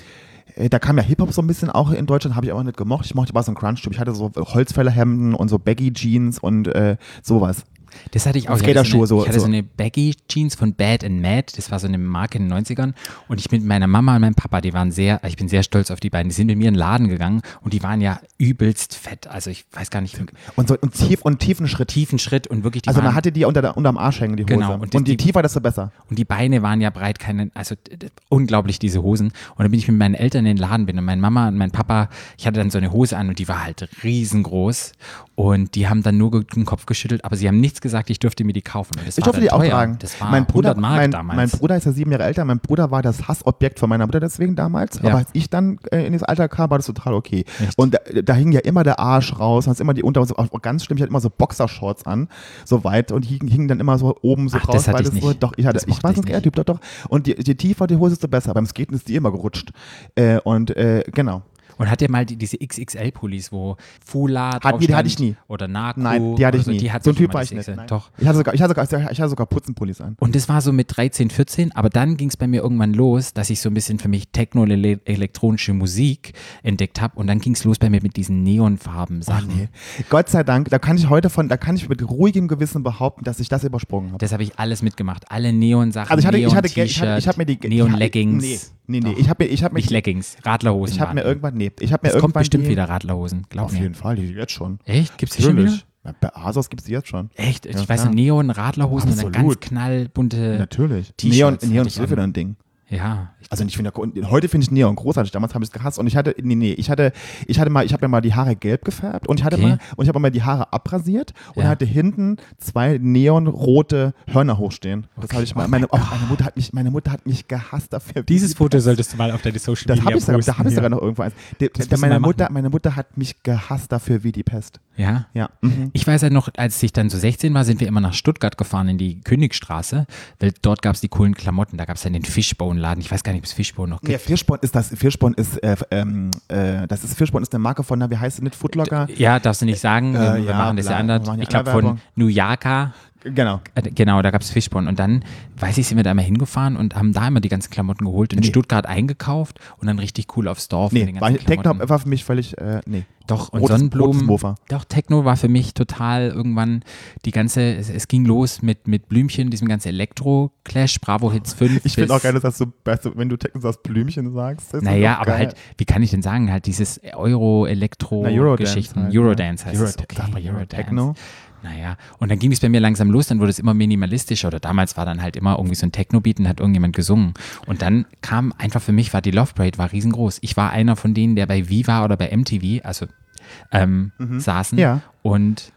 äh, da kam ja Hip-Hop so ein bisschen auch in Deutschland, habe ich aber nicht gemocht. Ich mochte, war so ein Crunch-Typ. Ich hatte so Holzfällerhemden und so Baggy-Jeans und äh, sowas.
Das hatte ich auch. Ich hatte
Skaterschuhe
so.
so-
Eine, ich hatte so
so.
eine Baggy-Jeans von Bad and Mad. Das war so eine Marke in den 90ern. Und ich mit meiner Mama und meinem Papa, die waren sehr, ich bin sehr stolz auf die beiden. Die sind mit mir in den Laden gegangen und die waren ja übelst fett. Also ich weiß gar nicht,
Und, so, und tief und tiefen Schritt.
tiefen Schritt und wirklich die
Also
waren,
man hatte die ja unter der, unterm Arsch hängen, die Hose.
Genau, und
Und,
die-
je
die-
tiefer, desto besser.
Und die Beine waren ja breit, keine, also d- d- unglaublich diese Hosen. Und dann bin ich mit meinen Eltern in den Laden bin und meine Mama und mein Papa, ich hatte dann so eine Hose an und die war halt riesengroß. Und die haben dann nur ge- den Kopf geschüttelt, aber sie haben nichts gesagt, ich dürfte mir die kaufen. Und das
Ich
war
durfte
dann
die auch
teuer.
tragen.
Das war
mein Bruder,
100 Mark
mein,
damals.
mein Bruder ist ja sieben Jahre älter. Mein Bruder war das Hassobjekt von meiner Mutter deswegen damals.
Ja.
Aber als ich dann äh, in das Alter kam, war das total okay. Und da, da hing ja immer der Arsch raus, hat immer die Unterhose, auch ganz schlimm, ich hatte immer so Boxershorts an, so weit und hingen hing dann immer so oben so
Ach,
raus.
das hatte ich
so,
nicht.
doch, ich, hatte,
Das
ich
mochte
war
ich
so ein
nicht.
Typ, doch, doch. Und je, je tiefer die Hose, desto besser. Beim Skaten ist die immer gerutscht. Äh, und äh, genau.
Und hat ihr mal die, diese XXL-Pullis, wo Fula
Hat- die- die hatte ich nie.
Oder Narco.
Nein, die hatte
oder
ich nie.
also Die hat
so ein
sich
Typ
immer
war
das
ich nicht.
XXL.
Nein.
Doch.
Ich hatte sogar, ich hatte sogar, ich hatte sogar Putzenpullis an.
Und das war so mit 13, 14, aber dann ging es bei mir irgendwann los, dass ich so ein bisschen für mich techno-elektronische Musik entdeckt habe und dann ging es los bei mir mit diesen Neonfarben Sachen.
Gott sei Dank, da kann ich heute von, da kann ich mit ruhigem Gewissen behaupten, dass ich das übersprungen habe.
Das habe ich alles mitgemacht, alle Neon-Sachen,
Also ich hatte, ich hatte, ich hatte, ich hatte,
Neon-T-Shirt,
ich hab mir die
Neon-Leggings.
Nee, nee, nee,
Doch.
ich habe mir, ich habe mir,
nicht Leggings, Radlerhosen.
ich habe mir
waren.
irgendwann, nee, ich habe mir
es kommt
irgendwann
bestimmt
die,
wieder Radlerhosen, glaub
Auf
mir.
jeden Fall, die jetzt schon.
Echt? Gibt's die schon wieder? Äh,
Natürlich. Ja, bei Asos gibt's die jetzt schon.
Echt? Ich
Ja,
weiß,
klar.
Neon, Radlerhosen und dann ganz
Absolut.
knallbunte.
Natürlich.
T-Shirts
Neon,
hatte
Neon
ich
ist so
an.
wieder ein Ding.
Ja, ich
Also ich finde, und heute finde ich Neon großartig. Damals habe ich es gehasst und ich hatte, nee, nee, ich hatte, ich hatte mal, ich habe mir mal die Haare gelb gefärbt und ich hatte
Okay.
mal und ich habe mal die Haare abrasiert und
Ja.
hatte hinten zwei neonrote Hörner hochstehen. Das
Okay.
habe ich mal. Meine, oh, meine Mutter hat mich, meine Mutter hat mich gehasst dafür.
Dieses Foto solltest du mal auf deine Social
das
Media
habe ich sogar, da habe
posten,
ich sogar
ja.
noch irgendwo eins. Die,
müssen
die,
wir
meine,
machen.
Mutter, meine Mutter hat mich gehasst dafür wie die Pest.
Ja.
Ja.
Ich weiß ja noch, als ich dann so 16 war, sind wir immer nach Stuttgart gefahren in die Königstraße, weil dort gab es die coolen Klamotten. Da gab es dann den Fishbone-Laden. Ich weiß gar nicht, ob es Fishbone noch
Ja,
gibt.
Fischborn ist das, Fischborn ist, äh, ähm, äh, das ist, Fischborn ist eine Marke von, na, wie heißt sie nicht, Footlocker?
Ja, darfst du nicht sagen. wir
Äh,
wir
ja,
machen das
bla,
ja anders.
wir machen ja
Ich glaube von
Anwerbung.
New Yorker.
Genau.
Äh, Genau, da gab es Fishbone. Und dann, weiß ich, sind wir da immer hingefahren und haben da immer die ganzen Klamotten geholt, in Stuttgart eingekauft und dann richtig cool aufs Dorf. mit
Nee,
den
war,
ganzen
Techno
Klamotten.
war für mich völlig, äh, nee.
Doch, und
Rotes-
Sonnenblumen.
rotes Mofa.
Doch, Techno war für mich total irgendwann die ganze, es, es ging los mit, mit Blümchen, diesem ganzen Elektro-Clash, Bravo Hits 5.
Ich finde auch
bis-
geil, dass du, weißt du, wenn du Techno sagst, Blümchen sagst. Das
Naja, aber halt, wie kann ich denn sagen, halt dieses
Na, Eurodance
Euro-Elektro-Geschichten,
halt, ne?
Eurodance heißt es.
Eurotech- sagt man
Eurodance.
Techno?
Naja, und dann ging es bei mir langsam los, dann wurde es immer minimalistischer oder damals war dann halt immer irgendwie so ein Techno-Beat und hat irgendjemand gesungen. Und dann kam einfach für mich, war die Love Parade, war riesengroß. Ich war einer von denen, der bei Viva oder bei MTV, also ähm, saßen
Mhm. Ja.
und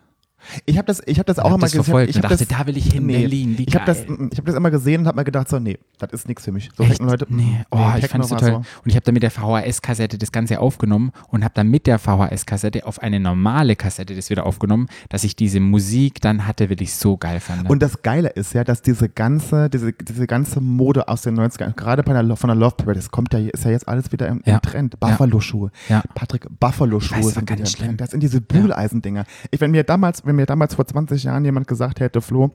Ich habe das, ich hab das auch
hab
immer
das
gesehen.
verfolgt
ich
und
hab
dachte, da will ich hin, Berlin, wie
ich habe das,
geil.
mm, ich hab das immer gesehen und habe mir gedacht, so, nee, das ist nichts für mich. So
Echt?
Leute, mm,
Nee. Oh, ich fand
Techno
es so
war
toll. Und ich habe dann mit der VHS-Kassette das Ganze aufgenommen und habe dann mit der VHS-Kassette auf eine normale Kassette das wieder aufgenommen, dass ich diese Musik dann hatte, weil ich so geil fand.
Und das Geile ist ja, dass diese ganze, diese, diese ganze Mode aus den 90ern, gerade bei der, Lo- von der Love Parade, das kommt ja, ist ja jetzt alles wieder im,
Ja.
im Trend. Buffalo-Schuhe.
Ja.
Patrick, Buffalo-Schuhe
Das war
sind
ganz
wieder im
schlimm.
Trend. Das sind diese Bügeleisendinge. Ich, wenn mir damals, wenn mir damals vor 20 Jahren jemand gesagt hätte, Flo,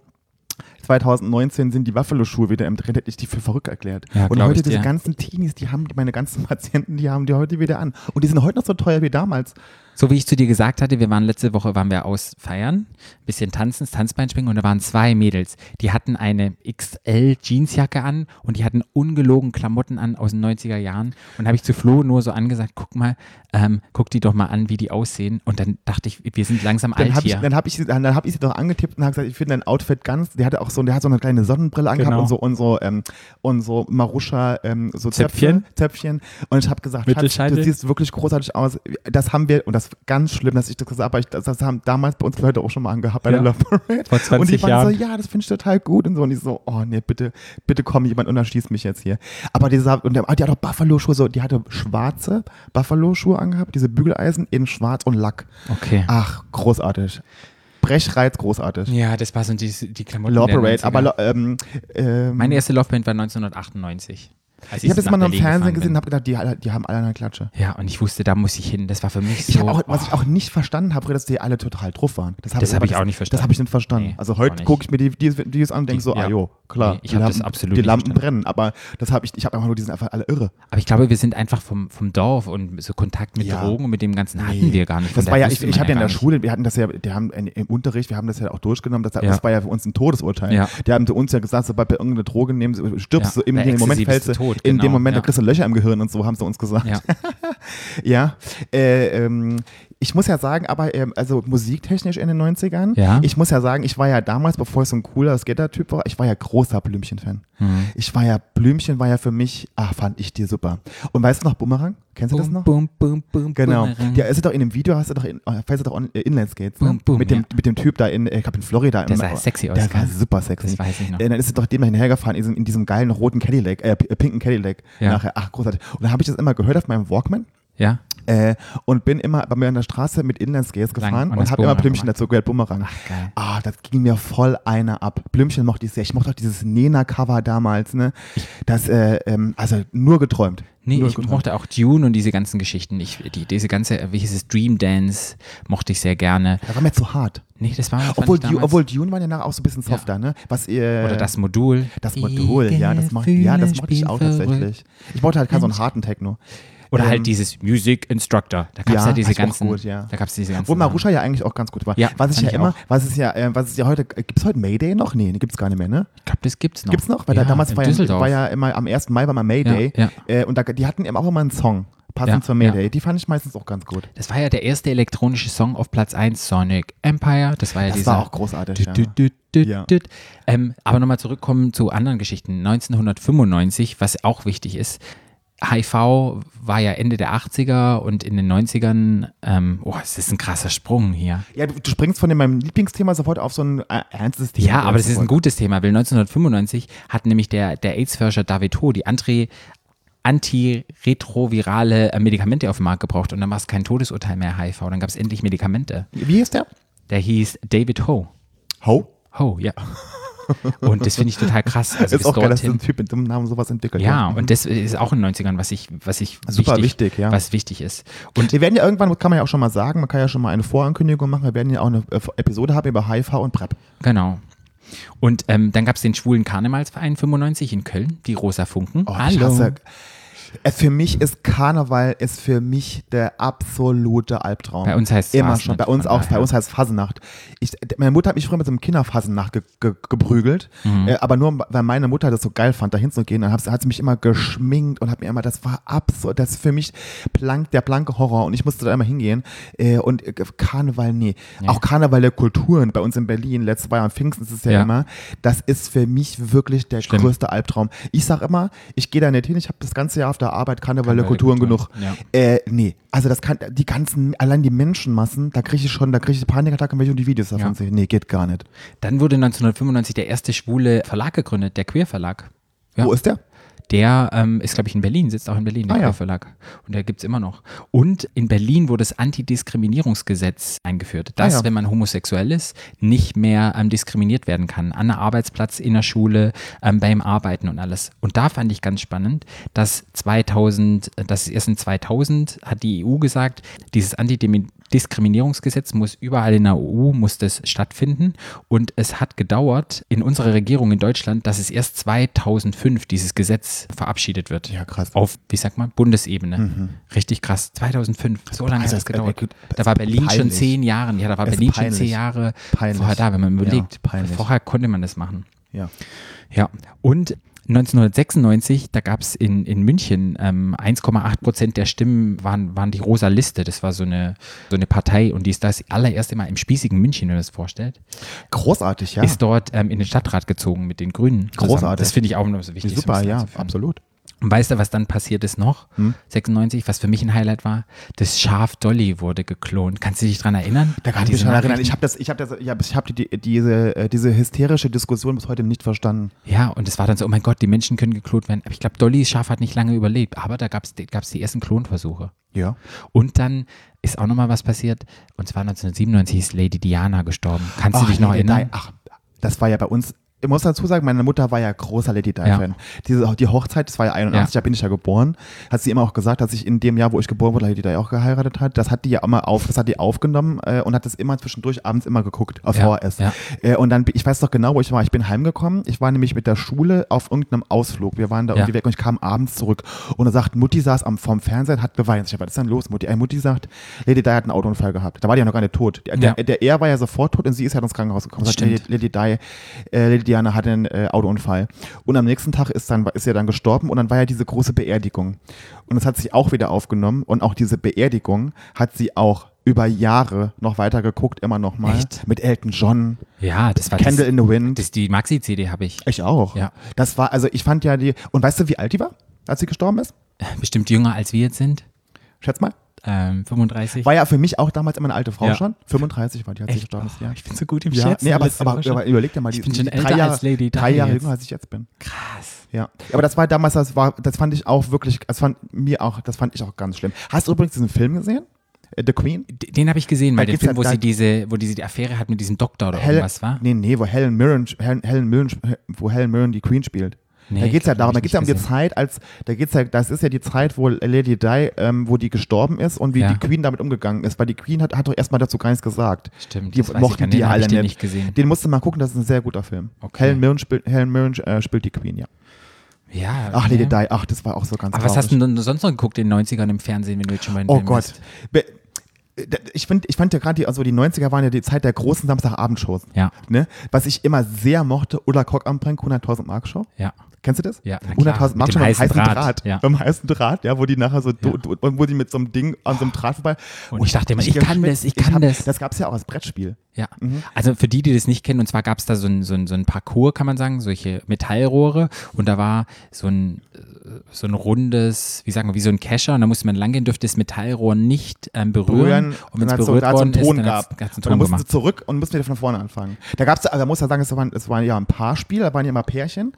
2019 sind die Buffalo-Schuhe wieder im Trend, hätte ich die für verrückt erklärt.
Ja,
und
glaub
heute
ich
diese
dir.
ganzen Teenies, die haben, meine ganzen (laughs) Patienten, die haben die heute wieder an. Und die sind heute noch so teuer wie damals.
so wie ich zu dir gesagt hatte, wir waren letzte Woche, waren wir aus Feiern, bisschen tanzen, das Tanzbein springen und da waren zwei Mädels, die hatten eine XL-Jeansjacke an und die hatten ungelogen Klamotten an aus den 90er Jahren und habe ich zu Flo nur so angesagt, guck mal, ähm, guck die doch mal an, wie die aussehen und dann dachte ich, wir sind langsam
Dann
alt
habe ich,
hier.
dann hab ich, sie- dann hab ich sie doch angetippt und habe gesagt, ich finde dein Outfit ganz. Der hatte auch so, der hat so eine kleine Sonnenbrille angehabt
Genau.
und so und so, ähm, und so Maruscha, ähm, so
Zöpfchen.
Zöpfe- Zöpfchen. Und ich habe gesagt, Schatz,
Mittelscheitel.
du siehst wirklich großartig aus. Das haben wir und das ist ganz schlimm, dass ich das gesagt habe. aber ich- Das, das haben damals bei uns Leute auch schon mal angehabt bei
Ja.
der Love Parade.
Vor 20
und die waren
Jahren.
so, ja, das finde ich total gut und so und ich so, oh nee, bitte, bitte komm jemand und erschießt mich jetzt hier. Aber dieser und der, ah, die hat auch Buffalo-Schuhe, so, die hatte schwarze Buffalo-Schuhe angehabt, diese Bügeleisen in Schwarz und Lack.
okay.
Ach, großartig. Brechreiz, großartig.
Ja, das war so die, die Klamotten.
Law
der
Parade,
90er.
aber ähm, ähm,
Meine erste Loveband war 1998. Als
Ich habe das
nach
mal im
Berlin ne?
Fernsehen
gefahren
gesehen
bin.
und habe gedacht, die, alle- die haben alle eine Klatsche.
Ja, und ich wusste, da muss ich hin. Das war für mich so.
Ich hab auch, was
oh.
ich auch nicht verstanden habe, dass die alle total drauf waren. Das
Das hab
aber-
ich auch nicht
Das
verstanden.
habe ich nicht verstanden.
Nee,
also
auch
heute
nicht.
gucke ich mir die Videos, Videos an und denke so,
ja.
ah jo, klar.
Nee, ich
die
hab das
Lampen-
absolut
Die
nicht
Lampen brennen,
verstanden.
aber das habe ich, ich habe einfach nur, die sind einfach alle irre.
Aber ich glaube, wir sind einfach vom, vom Dorf und so Kontakt mit
Ja.
Drogen und mit dem Ganzen hatten wir gar nicht. Von
Das war ja,
daher
ich,
wusste
ich
man
habe ja in
gar
der
nicht.
Schule, wir hatten das ja, die haben in, im Unterricht, wir haben das ja auch durchgenommen, das,
Ja.
das war ja für uns ein Todesurteil.
Ja.
Die haben zu uns ja gesagt, sobald wir irgendeine Droge nehmen, so- stirbst
Ja,
du, in
bei
dem Moment
Ecstasy bist
fällst du,
du tot,
in dem
genau,
Moment,
ja.
da kriegst du Löcher im Gehirn und so, haben sie uns gesagt.
Ja.
(laughs) Ja, äh, ähm, ich muss ja sagen, aber ähm, also musiktechnisch in den 90ern,
Ja.
ich muss ja sagen, ich war ja damals, bevor ich so ein cooler Skater-Typ war, ich war ja großer Blümchen-Fan.
Mhm.
Ich war ja, Blümchen war ja für mich, ach, fand ich die super. Und weißt du noch Bumerang? Kennst du das noch?
Bum, bum, bum,
Genau.
Bumerang.
Ja, ist er doch in dem Video, hast du doch, in, äh, fährst du doch on, äh, Inlineskates, ne?
Boom, boom,
mit, dem,
ja.
mit dem Typ da in, äh, ich glaube in Florida.
Der
im-
sah sexy aus,
Der war
gell?
super sexy.
Das weiß ich noch.
Äh, dann ist es doch dem hinterhergefahren, in diesem, in diesem geilen roten Cadillac, äh, p- äh, pinken Cadillac
Ja.
nachher. Ach, großartig. Und dann habe ich das immer gehört auf meinem Walkman.
ja.
Äh, und bin immer bei mir an der Straße mit Inlineskates
Lang-
gefahren
und
und,
hast
habe immer
Bumerang
Blümchen
gemacht.
dazu gehört, Bumerang.
Ach, geil.
Ah, das ging mir voll einer ab. Blümchen mochte ich sehr. Ich mochte auch dieses Nena-Cover damals, ne? Das, äh, ähm, also nur geträumt.
Nee,
nur
ich mochte auch Dune und diese ganzen Geschichten. Ich, die, diese ganze, äh, wie hieß es, Dream Dance mochte ich sehr gerne.
Da war mir zu hart.
Nee, das war fand
Obwohl,
ich
Dune,
damals,
obwohl Dune waren ja nachher auch so ein bisschen softer, ne? Was ihr.
Oder das Modul.
das Modul, ja, das macht, ja, das mochte ich auch tatsächlich. Ich mochte halt keinen so einen harten Techno.
Oder
Ähm,
halt dieses Music Instructor. Da gab es ja,
ja,
diese
fand ich auch
ganzen.
gut, ja.
Da gab es diese ganzen.
Obwohl Marusha ja eigentlich auch ganz gut war.
Ja,
was ich
fand
ja
ich
immer,
auch.
was ist ja, äh, was ist ja heute, gibt's heute Mayday noch? Nee, gibt's gar nicht mehr, ne?
Ich glaube, das gibt's noch.
Gibt's noch? Weil
ja,
da damals
in
war ja,
Düsseldorf.
war ja immer am 1. Mai war mal Mayday.
Ja,
Äh, und da, die hatten eben auch immer einen Song, passend
Ja,
zur Mayday. Die fand ich meistens auch ganz gut.
Das war ja der erste elektronische Song auf Platz 1, Sonic Empire. Das war ja
Das
dieser.
war auch großartig.
Düt, düt, düt, düt,
Ja.
düt. Ähm, aber nochmal zurückkommen zu anderen Geschichten. 1995, was auch wichtig ist, HIV war ja Ende der 80er und in den 90ern, ähm, oh, es ist ein krasser Sprung hier.
Ja, du, du springst von dem, meinem Lieblingsthema sofort auf so ein äh, ernstes Thema.
Ja, aber das ist ein
zurück.
gutes Thema, weil 1995 hat nämlich der, der AIDS-Forscher David Ho die Antre antiretrovirale äh, Medikamente auf den Markt gebraucht und dann war es kein Todesurteil mehr HIV, dann gab es endlich Medikamente.
Wie ist der?
Der hieß David Ho.
Ho?
Ho, ja. Und das finde ich total krass.
(laughs)
Also
ist
bis
auch geil, dass so
dorthin-
ein Typ mit dummen Namen sowas entwickelt Mhm.
Ja,
hat.
und das ist auch in den 90ern, was ich, was ich
Super wichtig, ja.
was wichtig ist.
Und wir werden ja irgendwann, kann man ja auch schon mal sagen, man kann ja schon mal eine Vorankündigung machen, wir werden ja auch eine äh, Episode haben über HIV und PrEP.
Genau. Und ähm, dann gab es den schwulen Karnevalsverein 95 in Köln, die Rosa Funken.
Oh, Ich hasse, äh, für mich ist Karneval ist für mich der absolute Albtraum.
Bei uns heißt's
immer
Fasnacht,
schon. Bei uns
von
auch.
daher.
Bei uns heißt Fasenacht. Ich, d- meine Mutter hat mich früher mit so einem Kinderfasenacht ge, ge, geprügelt,
Mhm.
äh, aber nur weil meine Mutter das so geil fand, da hinzugehen. Dann hat sie, hat sie mich immer geschminkt und hat mir immer, das war absolut, das ist für mich blank, der blanke Horror. Und ich musste da immer hingehen. Äh, und äh, Karneval, nee. Auch Karneval der Kulturen bei uns in Berlin. Letztes Jahr am Pfingsten ist es ja,
Ja.
immer. Ne? Das ist für mich wirklich der
Schlimm.
größte Albtraum. Ich sag immer, ich gehe da nicht hin, ich habe das ganze Jahr auf der Arbeit Karneval der
Karneval der
Kulturen genug.
Kulturen, ja.
Äh, nee, also das kann, die ganzen, allein die Menschenmassen, da kriege ich schon, da kriege ich Panikattacken, wenn ich nur die Videos davon
Ja.
sehe. Nee, geht gar nicht.
Dann wurde 1995 der erste schwule Verlag gegründet, der Queer Verlag. Ja.
Wo ist der?
Der ähm, ist, glaube ich, in Berlin, sitzt auch in Berlin, der
Ah, ja.
Queer Verlag. Und der gibt es immer noch. Und in Berlin wurde das Antidiskriminierungsgesetz eingeführt, dass,
Ah, ja.
wenn man homosexuell ist, nicht mehr ähm, diskriminiert werden kann. An der Arbeitsplatz, in der Schule, ähm, beim Arbeiten und alles. Und da fand ich ganz spannend, dass 2000, äh, dass erst in 2000 hat die EU gesagt, dieses Antidiskriminierungsgesetz muss überall in der EU muss das stattfinden und es hat gedauert in unserer Regierung in Deutschland, dass es erst 2005 dieses Gesetz verabschiedet wird.
Ja, krass.
Auf, wie sagt man, Bundesebene. Richtig krass. 2005, so lange
Mhm. Also
hat
es-
es gedauert.
äh, gut,
da
es
war
ist
Berlin schon
peinlich.
zehn Jahre. Ja, da war
Es ist
Berlin schon
peinlich.
zehn Jahre
Peinlich.
vorher da, wenn man
Ja,
überlegt.
peinlich.
vorher konnte man das machen.
Ja.
Ja, und 1996, da gab es in, in München ähm, 1,8 Prozent der Stimmen waren, waren die Rosa Liste. Das war so eine, so eine Partei und die ist das allererste Mal im spießigen München, wenn man das vorstellt,
Großartig, ja.
ist dort ähm, in den Stadtrat gezogen mit den Grünen. zusammen.
Großartig.
Das finde ich auch noch so wichtig. so ein
Super,
bisschen
ja,
anzuführen.
absolut.
Und weißt du, was dann passiert ist noch?
Hm?
96, was für mich ein Highlight war? Das Schaf Dolly wurde geklont. Kannst du dich dran erinnern?
Da kann
An
ich mich
diese
schon erinnern.
Nachrichten?
Ich habe das, ich habe das, ich habe ich hab die, die, diese, äh, diese hysterische Diskussion bis heute nicht verstanden.
Ja, und es war dann so, oh mein Gott, die Menschen können geklont werden. Aber ich glaube, Dollys Schaf hat nicht lange überlebt, aber da gab es die ersten Klonversuche.
Ja.
Und dann ist auch nochmal was passiert. Und zwar 1997 ist Lady Diana gestorben. Kannst du dich noch
nee,
erinnern?
nein, Ach, das war ja bei uns ich muss dazu sagen, meine Mutter war ja großer Lady Di-Fan. Diese Die Hochzeit, das war ja 81,
Ja.
da bin ich ja geboren. Hat sie immer auch gesagt, dass ich in dem Jahr, wo ich geboren wurde, Lady Di auch geheiratet hat. Das hat die ja immer auf, das hat die aufgenommen äh, und hat das immer zwischendurch abends immer geguckt auf
Ja,
VHS.
ja.
Äh, und dann, bin- ich weiß doch genau, wo ich war. Ich bin heimgekommen. Ich war nämlich mit der Schule auf irgendeinem Ausflug. Wir waren da
Ja.
irgendwie weg und ich kam abends zurück. Und da sagt, Mutti saß am, vom Fernseher und hat geweint. Ich hab, was ist denn los, Mutti? Ey, Mutti sagt, Lady Di hat einen Autounfall gehabt. Da war die ja noch gar nicht tot. Der,
Ja.
der, der er war ja sofort tot und sie ist ja ins Krankenhaus gekommen. Sagt,
Stimmt.
Lady, Lady Di, äh, Lady Diana hatte einen äh, Autounfall. Und am nächsten Tag ist, dann, ist sie dann gestorben und dann war ja diese große Beerdigung. Und das hat sich auch wieder aufgenommen und auch diese Beerdigung hat sie auch über Jahre noch weiter geguckt, immer noch mal.
Echt?
Mit Elton John,
Ja, das war
Candle
das,
in the Wind.
das, die Maxi-CD habe ich.
ich auch.
Ja.
Das war, also ich fand ja die, und weißt du, wie alt die war, als sie gestorben ist?
Bestimmt jünger als wir jetzt sind.
Schätz mal.
Ähm, 35.
War ja für mich auch damals immer eine alte Frau
Ja.
schon. 35 war die, als sie
Echt? Oh,
gestorben ist. Ja.
ich bin so gut im
Ja,
Schätzen.
nee, aber,
letzte
aber,
Woche schon.
aber überleg dir mal,
Ich
die
bin
die
schon
drei
älter
Jahre,
als Lady Di
drei Jahre
jetzt.
jünger, als ich jetzt bin.
Krass.
Ja, aber das war damals, das war, das fand ich auch wirklich, das fand mir auch, das fand ich auch ganz schlimm. Hast du übrigens diesen Film gesehen? Äh, The Queen?
D- Den habe ich gesehen,
Da
weil der
gibt's ja-
Film, wo
da-
sie diese, wo diese die Affäre hat mit diesem Doktor oder
Hel-
irgendwas war.
Nee, nee, wo Helen Mirren, Helen, Helen Mirren, wo Helen Mirren die Queen spielt.
Nee,
da geht's ja
glaub,
darum,
hab
da
ich
geht's ja um
nicht
die
gesehen.
Zeit, als, da geht's ja, das ist ja die Zeit, wo Lady Di, ähm, wo die gestorben ist und wie
Ja.
die Queen damit umgegangen ist, weil die Queen hat, hat doch erstmal dazu gar nichts gesagt.
Stimmt,
die
das weiß ich gar
mochten
nicht,
die
hab ich
alle
den
nicht.
nicht gesehen.
Den musst du mal gucken, das ist ein sehr guter Film.
Okay.
Helen Mirren spielt, Helen Mirren äh, spielt die Queen, ja.
Ja.
Ach, Lady
ne?
Di, ach, das war auch so ganz
Aber was hast
traurig.
du denn sonst noch geguckt in den 90ern im Fernsehen, wenn du jetzt schon mal in
Oh
Filmen
Gott.
bist?
Be- da- Ich, find, ich fand ja gerade, die- also die 90er waren ja die Zeit der großen Samstagabendshows.
Ja.
Ne? Was ich immer sehr mochte, Ulla Kock am Prank, 100.000 Mark Show.
Ja.
Kennst du das?
Ja, na klar.
100.000 Mark
Mit
Show
dem
beim
heißen
heißen Draht.
Draht, ja.
Beim heißen Draht, ja, wo die nachher so, do- do- wo die mit so einem Ding an so einem Draht vorbei.
Und ich dachte immer, ich
hab
kann
mit-
das, ich kann
hab-
das.
Das gab es ja auch als Brettspiel.
Ja,
Mhm.
also für die, die das nicht kennen, und zwar gab es da so ein, so, ein, so ein Parcours, kann man sagen, solche Metallrohre und da war so ein, äh, so ein rundes, wie sagen wir, wie so ein Kescher und da musste man lang gehen, dürfte das Metallrohr nicht ähm, berühren, und wenn es
hat's
berührt
da hat's
worden
einen Ton
ist, dann
gab.
hat es einen
und dann
Ton
mussten sie
gemacht.
zurück und mussten wieder von vorne anfangen. Da gab's, also da muss ja sagen, es waren, es waren ja ein paar Spiele, da waren ja immer Pärchen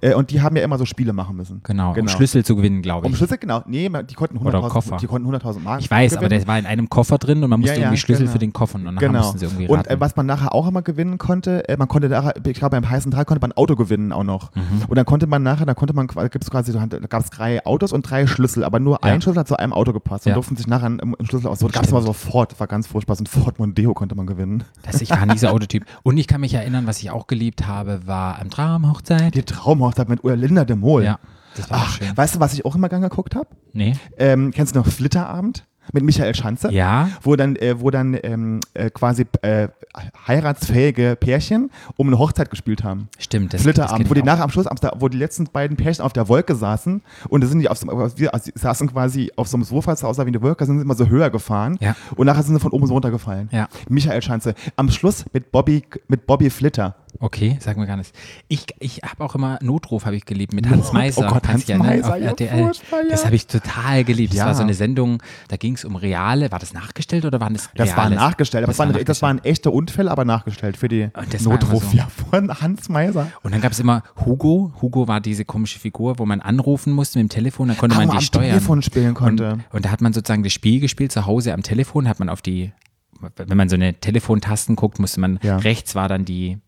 äh, und die haben ja immer so Spiele machen müssen.
Genau, um Schlüssel zu gewinnen, glaube
Um
ich.
Schlüssel, genau. Nee, man- die konnten
Oder
100.000
Koffer.
die konnten 100.000 Mark.
ich weiß, aber
gewinnen.
der war in einem Koffer drin und man musste
Ja, ja,
irgendwie Schlüssel
genau.
für den Koffer und dann
Genau.
mussten sie irgendwie
Und äh,
raten.
was man nachher auch immer gewinnen konnte, äh, man konnte nachher, ich glaube beim heißen Teil konnte man ein Auto gewinnen auch noch.
Mhm.
Und dann konnte man nachher, da konnte man, da gibt's quasi, da gab es drei Autos und drei Schlüssel, aber nur ein Schlüssel hat zu einem Auto gepasst. Dann
Ja.
durften sich nachher im, im Schlüssel aus. So, gab es mal so Ford, das war ganz furchtbar, so ein Ford Mondeo konnte man gewinnen.
Das, ich war nie so Autotyp. Und ich kann mich erinnern, was ich auch geliebt habe, war am Traumhochzeit.
Die Traumhochzeit mit Ulla Linda de Mol.
Ja, das war auch
Ach,
schön.
weißt du, was ich auch immer gerne geguckt habe?
Nee.
Ähm, kennst du noch Flitterabend mit Michael Schanze?
Ja.
Wo dann, äh, wo dann ähm, äh, quasi äh, heiratsfähige Pärchen um eine Hochzeit gespielt haben.
Stimmt, das- das
Flitterabend,
kenn
wo die
ich auch.
nachher am Schluss, am, wo die letzten beiden Pärchen auf der Wolke saßen und da sind die auf so, einem- also die saßen quasi auf so einem Sofa, es aussah wie eine Wolke, sind sie immer so höher gefahren
Ja.
und nachher sind sie von oben so runtergefallen.
Ja.
Michael Schanze. Am Schluss mit Bobby, mit Bobby Flitter.
Okay, sag mir gar nichts. Ich, ich habe auch immer Notruf habe ich geliebt mit Hans Meiser.
oh Gott,
Kannst
Hans
du dich erinnern?
Meiser,
Auf
ja,
RTL.
furchtbar, ja.
Das habe ich total geliebt. Das
Ja.
war so eine Sendung, da ging es um reale, war das nachgestellt oder waren das
Das war
reales?
nachgestellt, aber das, waren, das
nachgestellt.
waren echte Unfälle, aber nachgestellt für die
Und das war immer
Notruf
so.
ja, von Hans Meiser.
Und dann gab es immer Hugo. Hugo war diese komische Figur, wo man anrufen musste mit dem Telefon, dann konnte
Ah,
man
wo
die
man am
steuern.
Telefon spielen konnte.
Und, und da hat man sozusagen das Spiel gespielt zu Hause am Telefon, hat man auf die, wenn man so eine Telefontasten guckt, musste man,
Ja.
rechts war dann die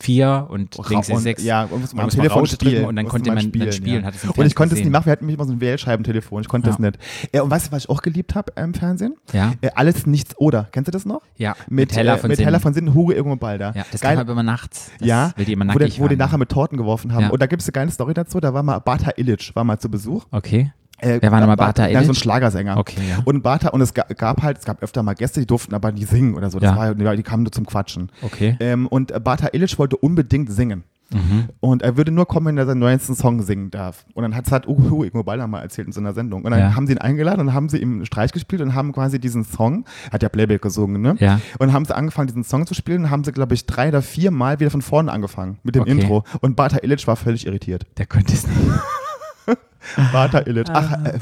vier und
Ra-
links die
und-
sechs.
Ja, und muss
Man
man am
muss mal
Telefon
rausdrücken
spielen.
und dann
muss
konnte man dann spielen,
ja.
hat es im
Und ich konnte es
Fernsehen
nie machen, wir hatten mich immer so ein Wählscheibentelefon, ich konnte das
Ja.
nicht. Äh, und weißt du, was ich auch geliebt habe im Fernsehen?
Ja.
Äh, alles, nichts oder. Kennst du das noch?
Ja,
Mit, Heller, von mit
Sinnen.
Heller von Sinnen, Hugo Irgendwo Balder.
Ja, das
Geil.
kann man immer nachts. Das
ja,
will die immer
wo,
nackig
die, wo die
werden.
nachher mit Torten geworfen haben.
Ja.
Und da gibt es eine geile Story dazu, da war mal Bata Illich, war mal zu Besuch.
Okay.
Äh,
Wer war nochmal
Bart-
Bata
Nein, so ein
Illich?
Schlagersänger.
Okay, ja.
Und Bata, und es ga- gab halt, es gab öfter mal Gäste, die durften aber nie singen oder so. Das
Ja.
war, ja- die kamen nur zum Quatschen.
Okay. Mhm.
Ähm, und Bata Illich wollte unbedingt singen. Und er würde nur kommen, wenn er seinen neuesten Song singen darf. Und dann hat, hat Uhu Ingo Balder mal erzählt in so einer Sendung. Und dann
Ja.
haben sie ihn eingeladen und haben sie ihm einen Streich gespielt und haben quasi diesen Song, hat ja Playback gesungen, ne?
Ja.
Und haben sie angefangen, diesen Song zu spielen und haben sie, glaube ich, drei oder vier Mal wieder von vorne angefangen mit dem
Okay.
Intro. Und Bata Illich war völlig irritiert.
Der könnte es nicht.
Martha Illich. Ach, äh,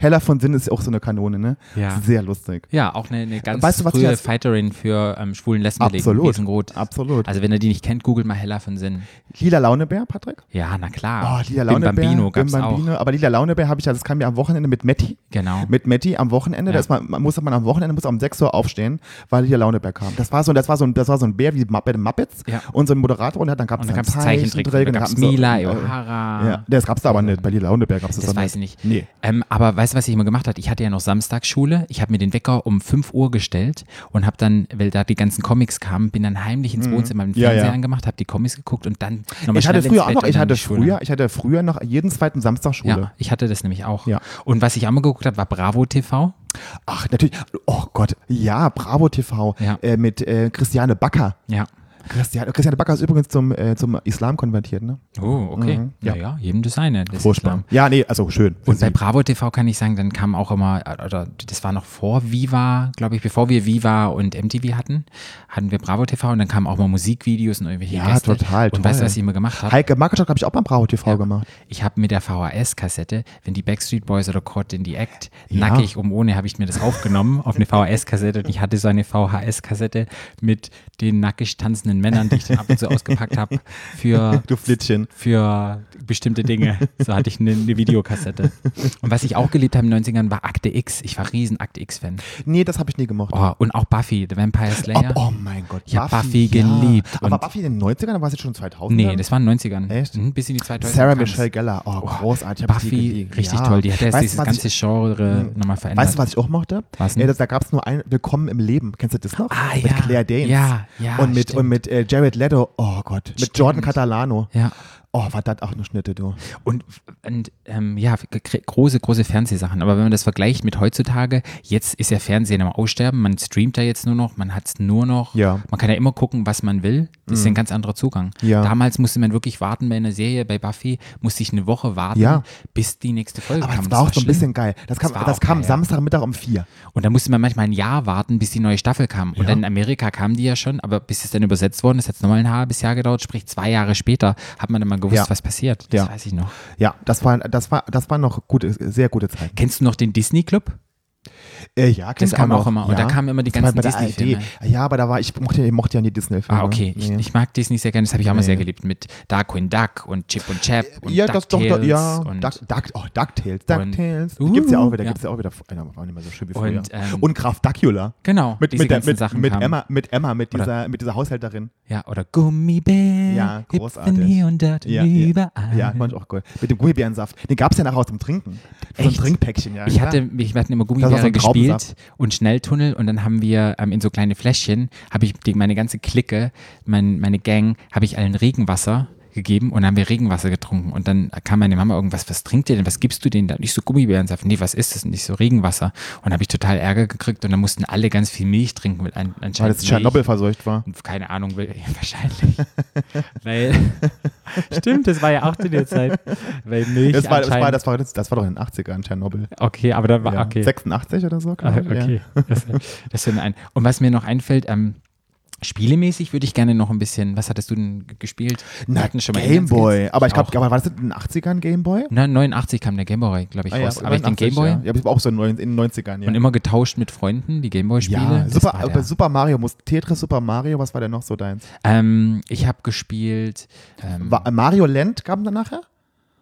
Hella von Sinn ist auch so eine Kanone, ne?
Ah. Ja.
Sehr lustig.
Ja, auch eine, eine ganz
Weißt du, was ich
frühe
als-
Fighterin für ähm, schwulen Lesbenleben.
Absolut.
Riesengroß.
Absolut.
Also wenn ihr die nicht kennt, googelt mal Hella von Sinn.
Lila Launebär, Patrick?
Ja, na klar.
Oh, Lila
Bim
Launebär.
Bambino
Bim
gab's auch.
Bambino. Aber Lila Launebär habe ich ja, das kam ja am Wochenende mit Matti.
Genau.
Mit Matti am Wochenende,
Ja.
das man, man muss man am Wochenende muss um 6 Uhr aufstehen, weil Lila Launebär kam. Das war so, das war so, ein- das war so ein Bär wie Muppet, Muppets
Ja.
und so ein Moderator und dann gab es
Und dann gab's Zeichentrick, da gab's Mila, O'Hara.
äh, Ja, das gab's da aber nicht. Bei Lila Launebär gab's das,
Das
dann
weiß ich nicht.
Nee.
Ähm, aber weißt du, was ich immer gemacht habe? Ich hatte ja noch Samstagsschule. Ich habe mir den Wecker um 5 Uhr gestellt und habe dann, weil da die ganzen Comics kamen, bin dann heimlich ins Wohnzimmer den
Mhm. Ja,
Fernseher
ja.
angemacht, habe die Comics geguckt und dann nochmal
Ich hatte
schnell ins
früher auch
Bett
noch,
und
ich
dann
hatte
die Schule.
früher, ich hatte früher noch jeden zweiten Samstag Schule.
Ja, ich hatte das nämlich auch.
Ja.
Und was ich auch mal geguckt habe, war Bravo TV.
Ach, natürlich. Oh Gott, ja, Bravo TV
Ja.
Äh, mit äh, Christiane Backer.
Ja.
Christiane, Christiane Backer ist übrigens zum, äh, zum Islam konvertiert, ne?
Oh, okay.
Mhm, ja.
ja. Naja, jedem Designer. Das ist klar.
Ja, nee, also schön. für
Und bei
sie.
Bravo TV kann ich sagen, dann kam auch immer, äh, oder das war noch vor Viva, glaube ich, bevor wir Viva und MTV hatten, hatten wir Bravo TV und dann kamen auch mal Musikvideos und irgendwelche
Ja,
Gäste.
total,
Und weißt du,
toll.
was ich immer gemacht habe?
Heike Markatschak habe ich auch beim Bravo TV gemacht.
Ich habe mit der VHS-Kassette, wenn die Backstreet Boys oder Caught in the Act, nackig um ohne, habe ich mir das aufgenommen auf eine VHS-Kassette und ich hatte so eine VHS-Kassette mit den nackig tanzenden Männern, die ich dann ab und zu ausgepackt habe für
Du Flittchen.
für bestimmte Dinge. So hatte ich eine, eine Videokassette. Und was ich auch geliebt habe in den 90ern war Akte X. Ich war riesen Akte X-Fan.
Nee, das habe ich nie gemacht.
Oh, und auch Buffy, The Vampire Slayer.
oh mein Gott.
Ich hab Buffy geliebt
Aber
und-
Buffy in den 90ern, war es jetzt schon 2000?
Nee, das waren 90ern.
ne? Echt?
Mhm, bis in die 2000
Sarah
kam's.
Michelle Geller. Oh, großartig. hab ich die
Buffy,
geliebt.
richtig
Ja.
toll. Die hat ja
Weißt du,
dieses
was
ganze
ich, Hm.
Genre nochmal verändert.
Weißt du, was ich auch mochte?
Was denn?
Äh, das, da gab es nur ein Willkommen im Leben. Kennst du das noch?
Ah,
mit
ja.
Claire Danes.
Ja, ja,
Und mit,
stimmt.
und mit äh, Jared Leto. Oh Gott. Mit
Stimmt.
Jordan Catalano.
Ja.
Oh, war das auch eine Schnitte, du.
Und, und ähm, ja, gr- große, große Fernsehsachen. Aber wenn man das vergleicht mit heutzutage, jetzt ist ja Fernsehen am Aussterben. Man streamt ja jetzt nur noch, man hat es nur noch.
Ja. Mhm.
Man kann ja immer gucken, was man will. Das ist ja ein ganz anderer Zugang.
Ja.
Damals musste man wirklich warten bei einer Serie, bei Buffy, musste ich eine Woche warten,
Ja.
bis die nächste Folge
Aber
kam.
das war auch so ein
schlimm.
bisschen geil. Das kam,
Das war
das
auch
kam
geil, ja.
Samstagmittag um vier.
Und da musste man manchmal ein Jahr warten, bis die neue Staffel kam. Und dann in Amerika kam die ja schon, aber bis es dann übersetzt worden ist, hat es nochmal ein halbes Jahr gedauert. Sprich, zwei Jahre später hat man dann mal gewusst,
Ja.
was passiert. Das
Ja.
weiß ich noch.
Ja, das war, das war, das waren noch gute, sehr gute Zeiten.
Kennst du noch den Disney Club?
Äh, ja, kenn
Das
ich
kam auch immer. Und da kamen immer die
Das war
ganzen
bei der
Disney-Filme.
ARD. Ja, aber da war, ich mochte, ich mochte ja nie Disney-Filme.
Ah, okay. Ich,
Nee.
ich mag Disney sehr gerne. Das habe ich auch mal
Nee.
sehr geliebt mit Darkwing Duck und Chip und Chap und
ja, das doch, doch,
DuckTales
ja.
und
Duck, Duck, oh, DuckTales,
und-
DuckTales.
Uh,
gibt's ja auch wieder,
ja.
gibt's ja auch wieder. äh, Das war nicht mehr so schön wie früher.
Und, ähm,
und Graf Dacula.
Genau,
Mit,
diese
mit, der,
ganzen
mit,
Sachen
mit
kamen.
Emma, mit Emma, mit
Oder-
dieser, mit dieser Haushälterin.
ja oder Gummibär.
Ja,
hüpfen
großartig.
Hier und dort
Ja,
und
ja,
überall.
ja, fand ich auch cool. Mit dem Gummibärensaft. Den gab's ja nachher zum Trinken. So ein
Echt?
Trinkpäckchen, ja.
Ich
klar.
hatte, ich hatte immer
war so
Gummibäre
ein
gespielt
Traubensaft.
und Schnelltunnel und dann haben wir ähm, in so kleine Fläschchen, habe ich die, meine ganze Clique, mein, meine Gang, habe ich allen Regenwasser gegeben und dann haben wir Regenwasser getrunken und dann kam meine Mama irgendwas, was trinkt ihr denn, was gibst du denen da? Nicht so Gummibärensaft, nee, was ist das? Nicht so Regenwasser. Und habe ich total Ärger gekriegt und dann mussten alle ganz viel Milch trinken mit an, anscheinend.
weil es
Milch.
Tschernobyl verseucht war.
Keine Ahnung, weil- (laughs)
(laughs)
wahrscheinlich. weil, (laughs) stimmt, das war ja auch zu der Zeit. Weil Milch
Das war, das, war,
anscheinend-
das, war, das, das war doch in den 80ern, Tschernobyl.
Okay, aber da war,
Ja.
okay.
86 oder so,
Ah,
glaub ich,
Okay,
Genau, Ja.
das, das fällt mir ein. Und was mir noch einfällt, ähm, spielemäßig würde ich gerne noch ein bisschen, was hattest du denn g- gespielt? Wir
Na,
hatten schon mal Inline
Gameboy.
Skates.
Aber ich
auch.
glaube, war das in den 80ern Gameboy?
Na, 89 kam der Gameboy, glaube ich,
Ah, ja,
raus. aber ich den
81,
Gameboy
Ja, ja aber ich war auch so in neun- in den 90ern, ja.
und immer getauscht mit Freunden, die Gameboy-Spiele.
ja,
Das
super,
war
aber
der.
super Mario, muss Tetris, Super Mario, was war denn noch so deins?
Ähm, ich habe gespielt, ähm,
War, Mario Land kam dann nachher?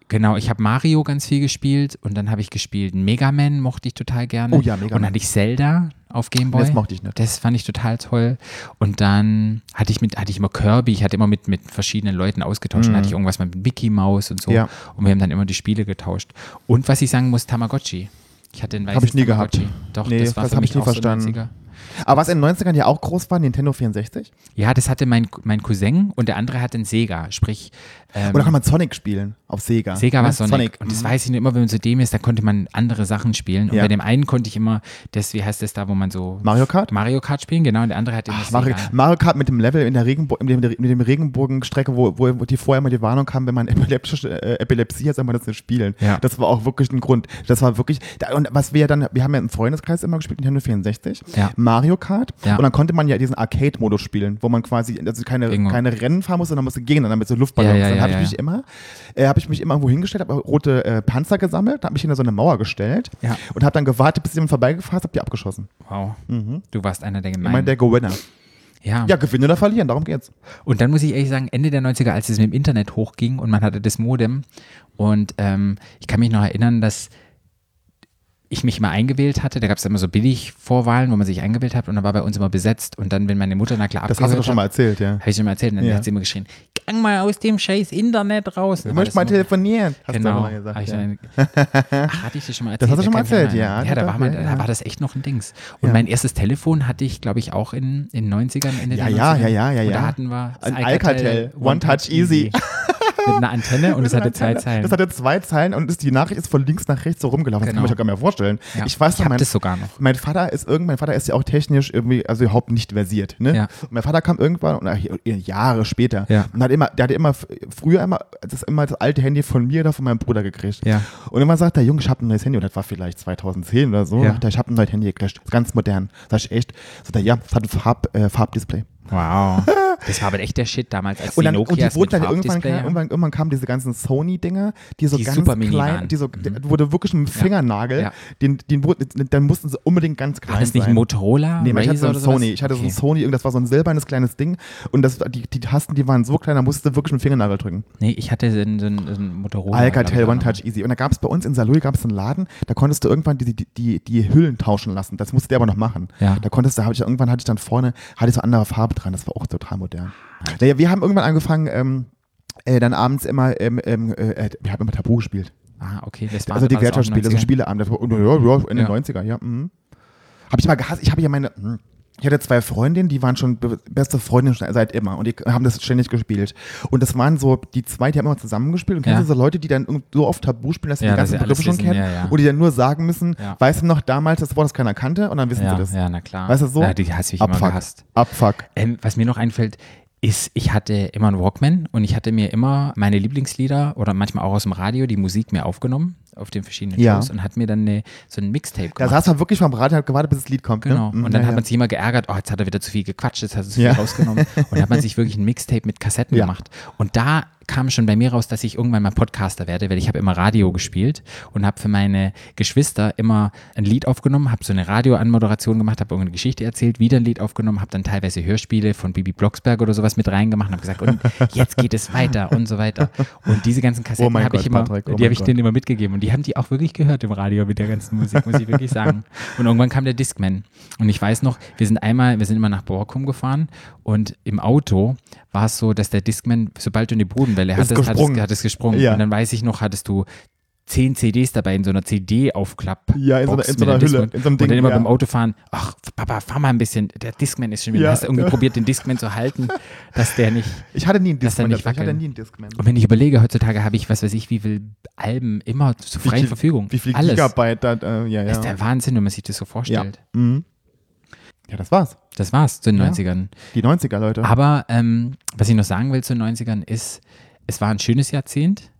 genau, ich habe Mario ganz viel gespielt und dann habe ich gespielt Mega Man, mochte ich total gerne.
Oh ja, Mega
Und dann
Man.
hatte ich Zelda auf Gameboy.
Das mochte ich nicht.
Das fand ich total toll. Und dann hatte ich mit, hatte ich immer Kirby, ich hatte immer mit, mit verschiedenen Leuten ausgetauscht. Dann hatte ich irgendwas mal mit Mickey Mouse und so.
Mhm. Ja.
Und wir haben dann immer die Spiele getauscht. Und was ich sagen muss, Tamagotchi. Ich hatte den weißen
Hab ich nie gehabt.
Doch,
Nee,
das war
das
für
hab
mich
ich nie
auch
verstanden.
so ein 90er.
Aber was in den 90ern ja auch groß war, Nintendo 64.
Ja, das hatte mein, mein Cousin und der andere hatte einen Sega. Sprich, ähm,
Oder kann man Sonic spielen auf Sega?
Sega war
Ne?
Sonic. Und das
mhm.
weiß ich nur immer, wenn man zu dem ist, da konnte man andere Sachen spielen. Und
Ja.
bei dem einen konnte ich immer, das, wie heißt das da, wo man so
Mario Kart?
Mario Kart spielen, genau. Und der andere hat immer
Ach, Mario,
Sega.
Mario Kart mit dem Level in der, Regenbo mit dem, mit dem Regenbogenstrecke, wo, wo wo die vorher immer die Warnung kam, wenn man (laughs) epileptische äh, Epilepsie hat, soll man das nicht spielen.
Ja.
Das war auch wirklich ein Grund. Das war wirklich. Da, und was wir ja dann, wir haben ja im Freundeskreis immer gespielt, Nintendo 64.
Ja.
Mario Kart
Ja.
und dann konnte man ja diesen Arcade-Modus spielen, wo man quasi also keine,
Irgendwo.
keine Rennen fahren musste, sondern musste gegeneinander mit so Luftballons.
Ja, ja,
dann
ja,
habe ich
ja,
mich
ja.
immer, äh, habe ich mich immer irgendwo hingestellt, habe rote äh, Panzer gesammelt, habe mich hinter so eine Mauer gestellt
Ja.
und habe dann gewartet, bis jemand vorbeigefahren ist, habe die abgeschossen.
Wow. Du warst einer der
Mhm. Immer
gemeinen.
der Gewinner.
ja.
Ja, gewinnen oder verlieren, darum geht's.
Und dann muss ich ehrlich sagen, Ende der 90er, als es mit dem Internet hochging und man hatte das Modem und ähm, ich kann mich noch erinnern, dass ich mich mal eingewählt hatte, da gab es immer so billig Vorwahlen, wo man sich eingewählt hat und dann war bei uns immer besetzt und dann, wenn meine Mutter na klar
Das hast du doch schon mal
erzählt.
erzählt, ja.
Habe ich schon mal erzählt und dann
Ja.
hat sie immer geschrien, gang mal aus dem scheiß Internet raus.
Ich möchte mal telefonieren. Hast du
Genau.
mal gesagt.
Hab ich
ja.
dann-
(laughs)
Ach, hatte ich dir schon mal erzählt.
hast du schon
Ja,
mal
kann ich
erzählt,
noch
ja,
mal- Ja, da,
doch,
war man,
ja, ja.
da war das echt noch ein Dings. Und mein erstes Telefon hatte ich, glaube ich, auch in den 90ern, Ende
Ja,
der
ja,
90er.
ja, ja, ja,
Und
ja.
da hatten wir das
Ein Alcatel, One Touch (laughs) Easy.
Mit einer Antenne und es hatte zwei Zeilen.
Das hatte zwei Zeilen und ist die Nachricht ist von links nach rechts so rumgelaufen.
Genau.
Das kann man sich ja gar nicht mehr vorstellen.
Ja.
Ich weiß
Ich
noch,
hab
mein,
das sogar noch.
Mein Vater ist irgend, mein Vater ist ja auch technisch irgendwie, also überhaupt nicht versiert. Ne?
Ja.
Und mein Vater kam irgendwann und ach, Jahre später
Ja.
und hat immer, der hatte immer f- früher immer das immer das alte Handy von mir oder von meinem Bruder gekriegt.
Ja.
Und immer sagt der Junge, ich habe ein neues Handy und das war vielleicht 2010 oder so.
Ja.
Sagt er, ich habe ein neues Handy gekriegt, ganz modern. Sag ich echt, sagt er, ja, es hat ein Farb, äh, Farbdisplay. (laughs)
Wow. Das war aber echt der Shit damals, als
Und,
die
dann, und die
Nokias
wurden
mit
dann irgendwann,
Farbdisplay.
kam, irgendwann, irgendwann kamen diese ganzen Sony-Dinger, die so
Die
ganz
supermini waren. Mhm.
klein, die so, die wurde wirklich mit dem Fingernagel,
Ja.
Den, den, wurden- dann mussten sie unbedingt ganz klein
War das nicht
sein.
Motorola?
Nee, aber ich hatte so ein
Razer oder sowas?
Sony. Ich hatte
Okay.
so ein Sony, irgendwas war so ein silbernes kleines Ding. Und das, die, die Tasten, die waren so klein, da musstest du wirklich mit dem Fingernagel drücken.
Nee, ich hatte so ein, so ein, so ein Motorola. glaub
Alcatel
ich,
One
auch noch.
Touch Easy. Und da gab es bei uns in Saarlouis gab es einen Laden, da konntest du irgendwann die, die, die, die Hüllen tauschen lassen. Das musste der aber noch machen.
Ja.
Da konntest du, hab ich, irgendwann hatte ich dann vorne, hatte ich so andere Farbe dran. Das war auch total modern. Naja, wir haben irgendwann angefangen, ähm, äh, dann abends immer, ähm, ähm, äh, wir haben immer Tabu gespielt.
Ah, okay. Das war,
also die
war das auch in den
Wirtschaftsspiele, also
90ern?
Spieleabend. Das war, ja, ja, Ende
Ja.
90er, ja. Mhm. Habe ich mal gehasst. Ich habe ja meine. mhm. Ich hatte zwei Freundinnen, die waren schon be- beste Freundinnen schon seit immer und die haben das ständig gespielt. Und das waren so, die zwei, die haben immer zusammengespielt. Und kennst
Ja.
du so Leute, die dann irgend- so oft Tabu spielen, dass sie
Ja,
die
dass
ganzen
sie alles
Begriffe schon
wissen,
kennen
ja, ja.
und die dann nur sagen müssen,
Ja.
weißt du noch damals das Wort, das keiner kannte und dann wissen sie
Ja,
das.
ja, na klar.
Weißt du so?
Ja, die hast mich immer
Abfuck.
gehasst.
Abfuck.
Ähm, was mir noch einfällt, ist, ich hatte immer einen Walkman und ich hatte mir immer meine Lieblingslieder oder manchmal auch aus dem Radio die Musik mir aufgenommen auf den verschiedenen
Ja.
Shows und hat mir dann eine, so ein Mixtape
Da
gemacht.
saß man wirklich vom Radio und hat gewartet, bis das Lied kommt.
Genau.
Ne? Mhm,
Und dann
ja,
hat
ja.
man sich immer geärgert, oh, jetzt hat er wieder zu viel gequatscht, jetzt hat er zu viel
Ja. (laughs)
rausgenommen. Und hat man sich wirklich ein Mixtape mit Kassetten
Ja.
gemacht. Und da kam schon bei mir raus, dass ich irgendwann mal Podcaster werde, weil ich habe immer Radio gespielt und habe für meine Geschwister immer ein Lied aufgenommen, habe so eine Radioanmoderation gemacht, habe irgendeine Geschichte erzählt, wieder ein Lied aufgenommen, habe dann teilweise Hörspiele von Bibi Blocksberg oder sowas mit reingemacht und habe gesagt, und jetzt geht es weiter und so weiter. Und diese ganzen Kassetten
mein
habe ich
Gott,
immer,
Patrick, oh mein
die habe ich
Gott.
denen den immer mitgegeben und die haben die auch wirklich gehört im Radio mit der ganzen Musik, muss ich wirklich sagen. Und irgendwann kam der Discman und ich weiß noch, wir sind einmal, wir sind immer nach Borkum gefahren und im Auto war es so, dass der Discman, sobald du eine Bodenwelle
Ist
hattest, hat es,
gesprungen.
hat es gesprungen.
Ja.
Und dann weiß ich noch, hattest du zehn CDs dabei in so einer CD-Aufklapp.
Ja, in so einer- in so einer Hülle, in so einem
Und dann
Ding,
immer
ja.
beim Autofahren, ach Papa, fahr mal ein bisschen, der Discman ist schon wieder.
Ja.
Hast du irgendwie probiert, den Discman zu
(laughs)
halten, dass der nicht
Ich hatte nie einen
Dass der
Discman.
nicht
Ich hatte
wackelt.
nie einen Discman.
und wenn ich überlege, heutzutage habe ich, was weiß ich, wie viel Alben immer zur freien
viel-
Verfügung.
Wie viel
Alles.
Gigabyte da, äh, ja, ja.
Das ist der Wahnsinn, wenn man sich das so
ja.
vorstellt.
Mhm. ja, das war's.
Das war's zu den
Ja.
90ern.
Die 90er, Leute.
Aber ähm, was ich noch sagen will zu den 90ern ist, es war ein schönes Jahrzehnt.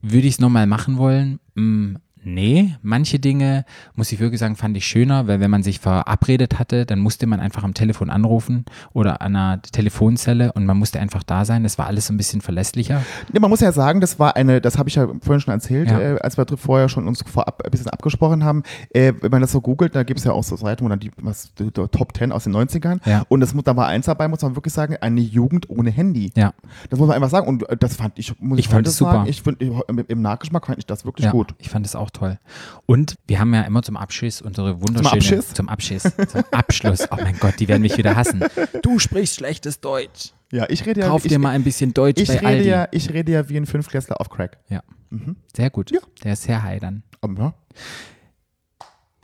Würde ich es nochmal machen wollen? Hm, nee. Manche Dinge, muss ich wirklich sagen, fand ich schöner, weil wenn man sich verabredet hatte, dann musste man einfach am Telefon anrufen oder an einer Telefonzelle und man musste einfach da sein. Das war alles so ein bisschen verlässlicher.
Nee, man muss ja sagen, das war eine, das habe ich ja vorhin schon erzählt,
Ja.
äh, als wir dr- vorher schon uns vorab ein bisschen abgesprochen haben. Äh, wenn man das so googelt, da gibt es ja auch so Seiten, wo dann die, was, die, die Top 10 aus den 90ern.
Ja.
Und das, muss- da war eins dabei, muss man wirklich sagen, eine Jugend ohne Handy.
Ja.
Das muss man einfach sagen. Und äh, das fand ich, muss
Ich fand
heute
es super.
sagen, ich find, ich, im- im Nachgeschmack fand ich das wirklich
ja,
gut.
Ich fand es auch toll. Und wir haben ja immer zum Abschiss unsere wunderschöne.
Abschiss?
Zum Abschiss. Zum Abschluss. Oh mein Gott, die werden mich wieder hassen. Du sprichst schlechtes Deutsch.
Ja, ich rede ja,
Kauf
ich,
dir mal ein bisschen Deutsch
ich
bei
rede
Aldi.
ja, ich rede ja wie ein Fünfklässler auf Crack. ne?
Ja. Sehr gut.
Ja.
Der ist sehr heidern.
Aber, ja.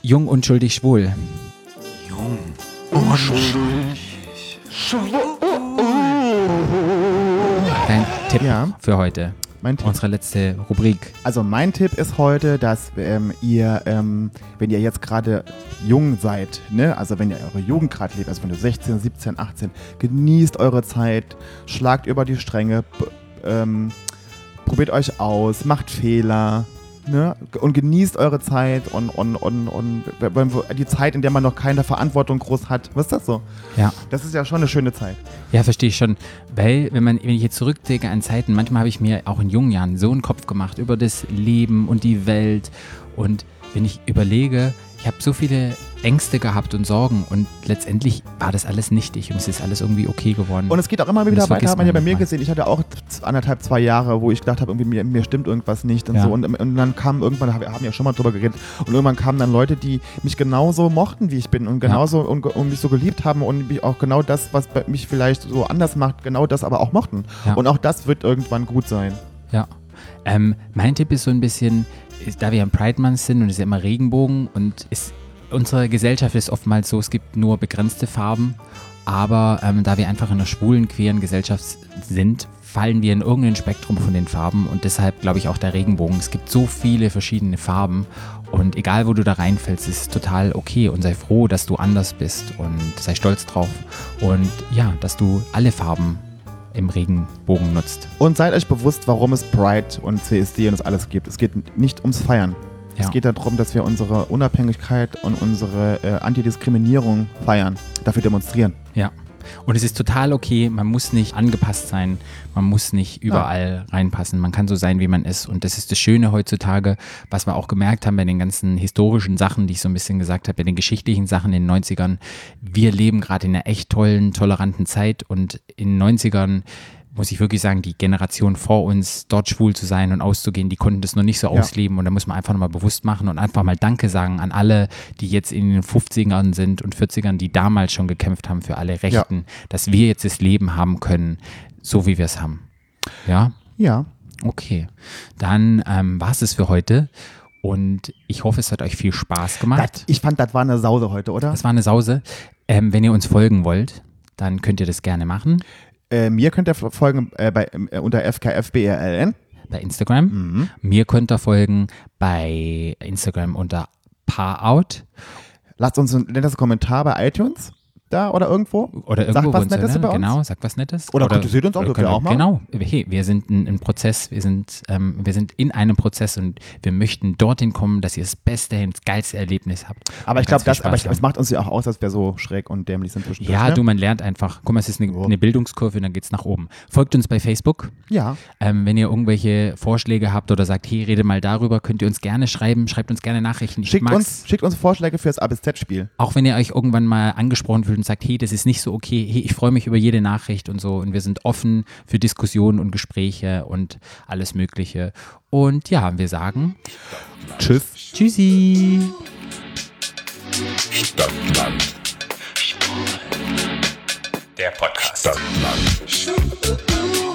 Jung, unschuldig, schwul. Jung, unschuldig, schwul. Dein Tipp
Ja.
für heute.
Mein Tipp.
Unsere letzte Rubrik.
Also mein Tipp ist heute, dass ähm, ihr, ähm, wenn ihr jetzt gerade jung seid, ne, also wenn ihr eure Jugend gerade lebt, also wenn du 16, 17, 18, genießt eure Zeit, schlagt über die Stränge, b- ähm, probiert euch aus, macht Fehler, ne? Und genießt eure Zeit und, und, und, und wenn wir- die Zeit, in der man noch keine Verantwortung groß hat. Was ist das so?
Ja.
Das ist ja schon eine schöne Zeit.
Ja, verstehe ich schon. Weil, wenn, man, wenn ich jetzt zurückdenke an Zeiten, manchmal habe ich mir auch in jungen Jahren so einen Kopf gemacht über das Leben und die Welt. Und wenn ich überlege, ich habe so viele Ängste gehabt und Sorgen und letztendlich war das alles nichtig und es ist alles irgendwie okay geworden.
Und es geht auch immer wieder
Das
weiter,
vergisst
hat man ja bei
man
mir
manchmal.
gesehen. Ich hatte auch z- anderthalb, zwei Jahre, wo ich gedacht habe, irgendwie mir, mir stimmt irgendwas nicht und
Ja.
so. Und, und dann kamen irgendwann, hab- haben ja schon mal drüber geredet, und irgendwann kamen dann Leute, die mich genauso mochten, wie ich bin und genauso und, ge- und mich so geliebt haben und mich auch genau das, was bei- mich vielleicht so anders macht, genau das aber auch mochten.
Ja.
Und auch das wird irgendwann gut sein.
Ja. Ähm, mein Tipp ist so ein bisschen, ist, da wir am Pride Month sind und es ist ja immer Regenbogen und ist, unsere Gesellschaft ist oftmals so, es gibt nur begrenzte Farben, aber ähm, da wir einfach in einer schwulen, queeren Gesellschaft sind, fallen wir in irgendein Spektrum von den Farben und deshalb glaube ich auch der Regenbogen. Es gibt so viele verschiedene Farben und egal wo du da reinfällst, ist es total okay und sei froh, dass du anders bist und sei stolz drauf und ja, dass du alle Farben im Regenbogen nutzt.
Und seid euch bewusst, warum es Pride und CSD und das alles gibt. Es geht nicht ums Feiern.
Ja.
Es geht darum, dass wir unsere Unabhängigkeit und unsere äh, Antidiskriminierung feiern, dafür demonstrieren.
Ja. Und es ist total okay, man muss nicht angepasst sein, man muss nicht überall reinpassen, man kann so sein, wie man ist. Und das ist das Schöne heutzutage, was wir auch gemerkt haben bei den ganzen historischen Sachen, die ich so ein bisschen gesagt habe, bei den geschichtlichen Sachen in den 90ern. Wir leben gerade in einer echt tollen, toleranten Zeit und in den 90ern muss ich wirklich sagen, die Generation vor uns, dort schwul zu sein und auszugehen, die konnten das noch nicht so
Ja.
ausleben. Und da muss man einfach nochmal bewusst machen und einfach mal Danke sagen an alle, die jetzt in den 50ern sind und 40ern, die damals schon gekämpft haben für alle Rechten, dass wir jetzt das Leben haben können, so wie wir es haben. Ja,
Ja.
okay. Dann ähm, war es das für heute. Und ich hoffe, es hat euch viel Spaß gemacht.
Das, ich fand, das war eine Sause heute, oder?
das war eine Sause. Ähm, wenn ihr uns folgen wollt, dann könnt ihr das gerne machen.
Äh, mir könnt ihr f- folgen äh, bei, äh, unter FKFBRLN.
bei Instagram.
Mhm.
Mir könnt ihr folgen bei Instagram unter Paarout
Lasst uns ein nettes Kommentar bei iTunes da oder irgendwo.
oder
Sagt
irgendwo
was
uns,
Nettes
ne?
über uns.
Genau, sagt was Nettes.
Oder kritisiert uns auch, dürft ihr
könnt ihr-
auch mal.
Genau, hey, wir sind ein, ein Prozess, wir sind, ähm, wir sind in einem Prozess und wir möchten dorthin kommen, dass ihr das beste, das geilste Erlebnis habt.
Aber
Und
ich glaube,
ganz
das,
viel
aber
Spaß
ich, das
haben.
macht uns ja auch aus, dass wir so schräg und dämlich sind zwischendurch.
ja,
ne? Oh.
du, man lernt einfach. Guck mal, es ist eine, eine Bildungskurve und dann geht's nach oben. Folgt uns bei Facebook.
Ja.
Ähm, wenn ihr irgendwelche Vorschläge habt oder sagt, hey, rede mal darüber, könnt ihr uns gerne schreiben, schreibt uns gerne Nachrichten. Ich
Schickt
mag's.
uns, schickt uns Vorschläge fürs A bis Z-Spiel.
Auch wenn ihr euch irgendwann mal angesprochen fühlt und sagt, hey, das ist nicht so okay, hey, ich freue mich über jede Nachricht und so und wir sind offen für Diskussionen und Gespräche und alles Mögliche. Und ja, wir sagen
Tschüss.
Tschüssi.
Stadtland
Der Podcast.
Stadtland
Ooh, ooh, ooh.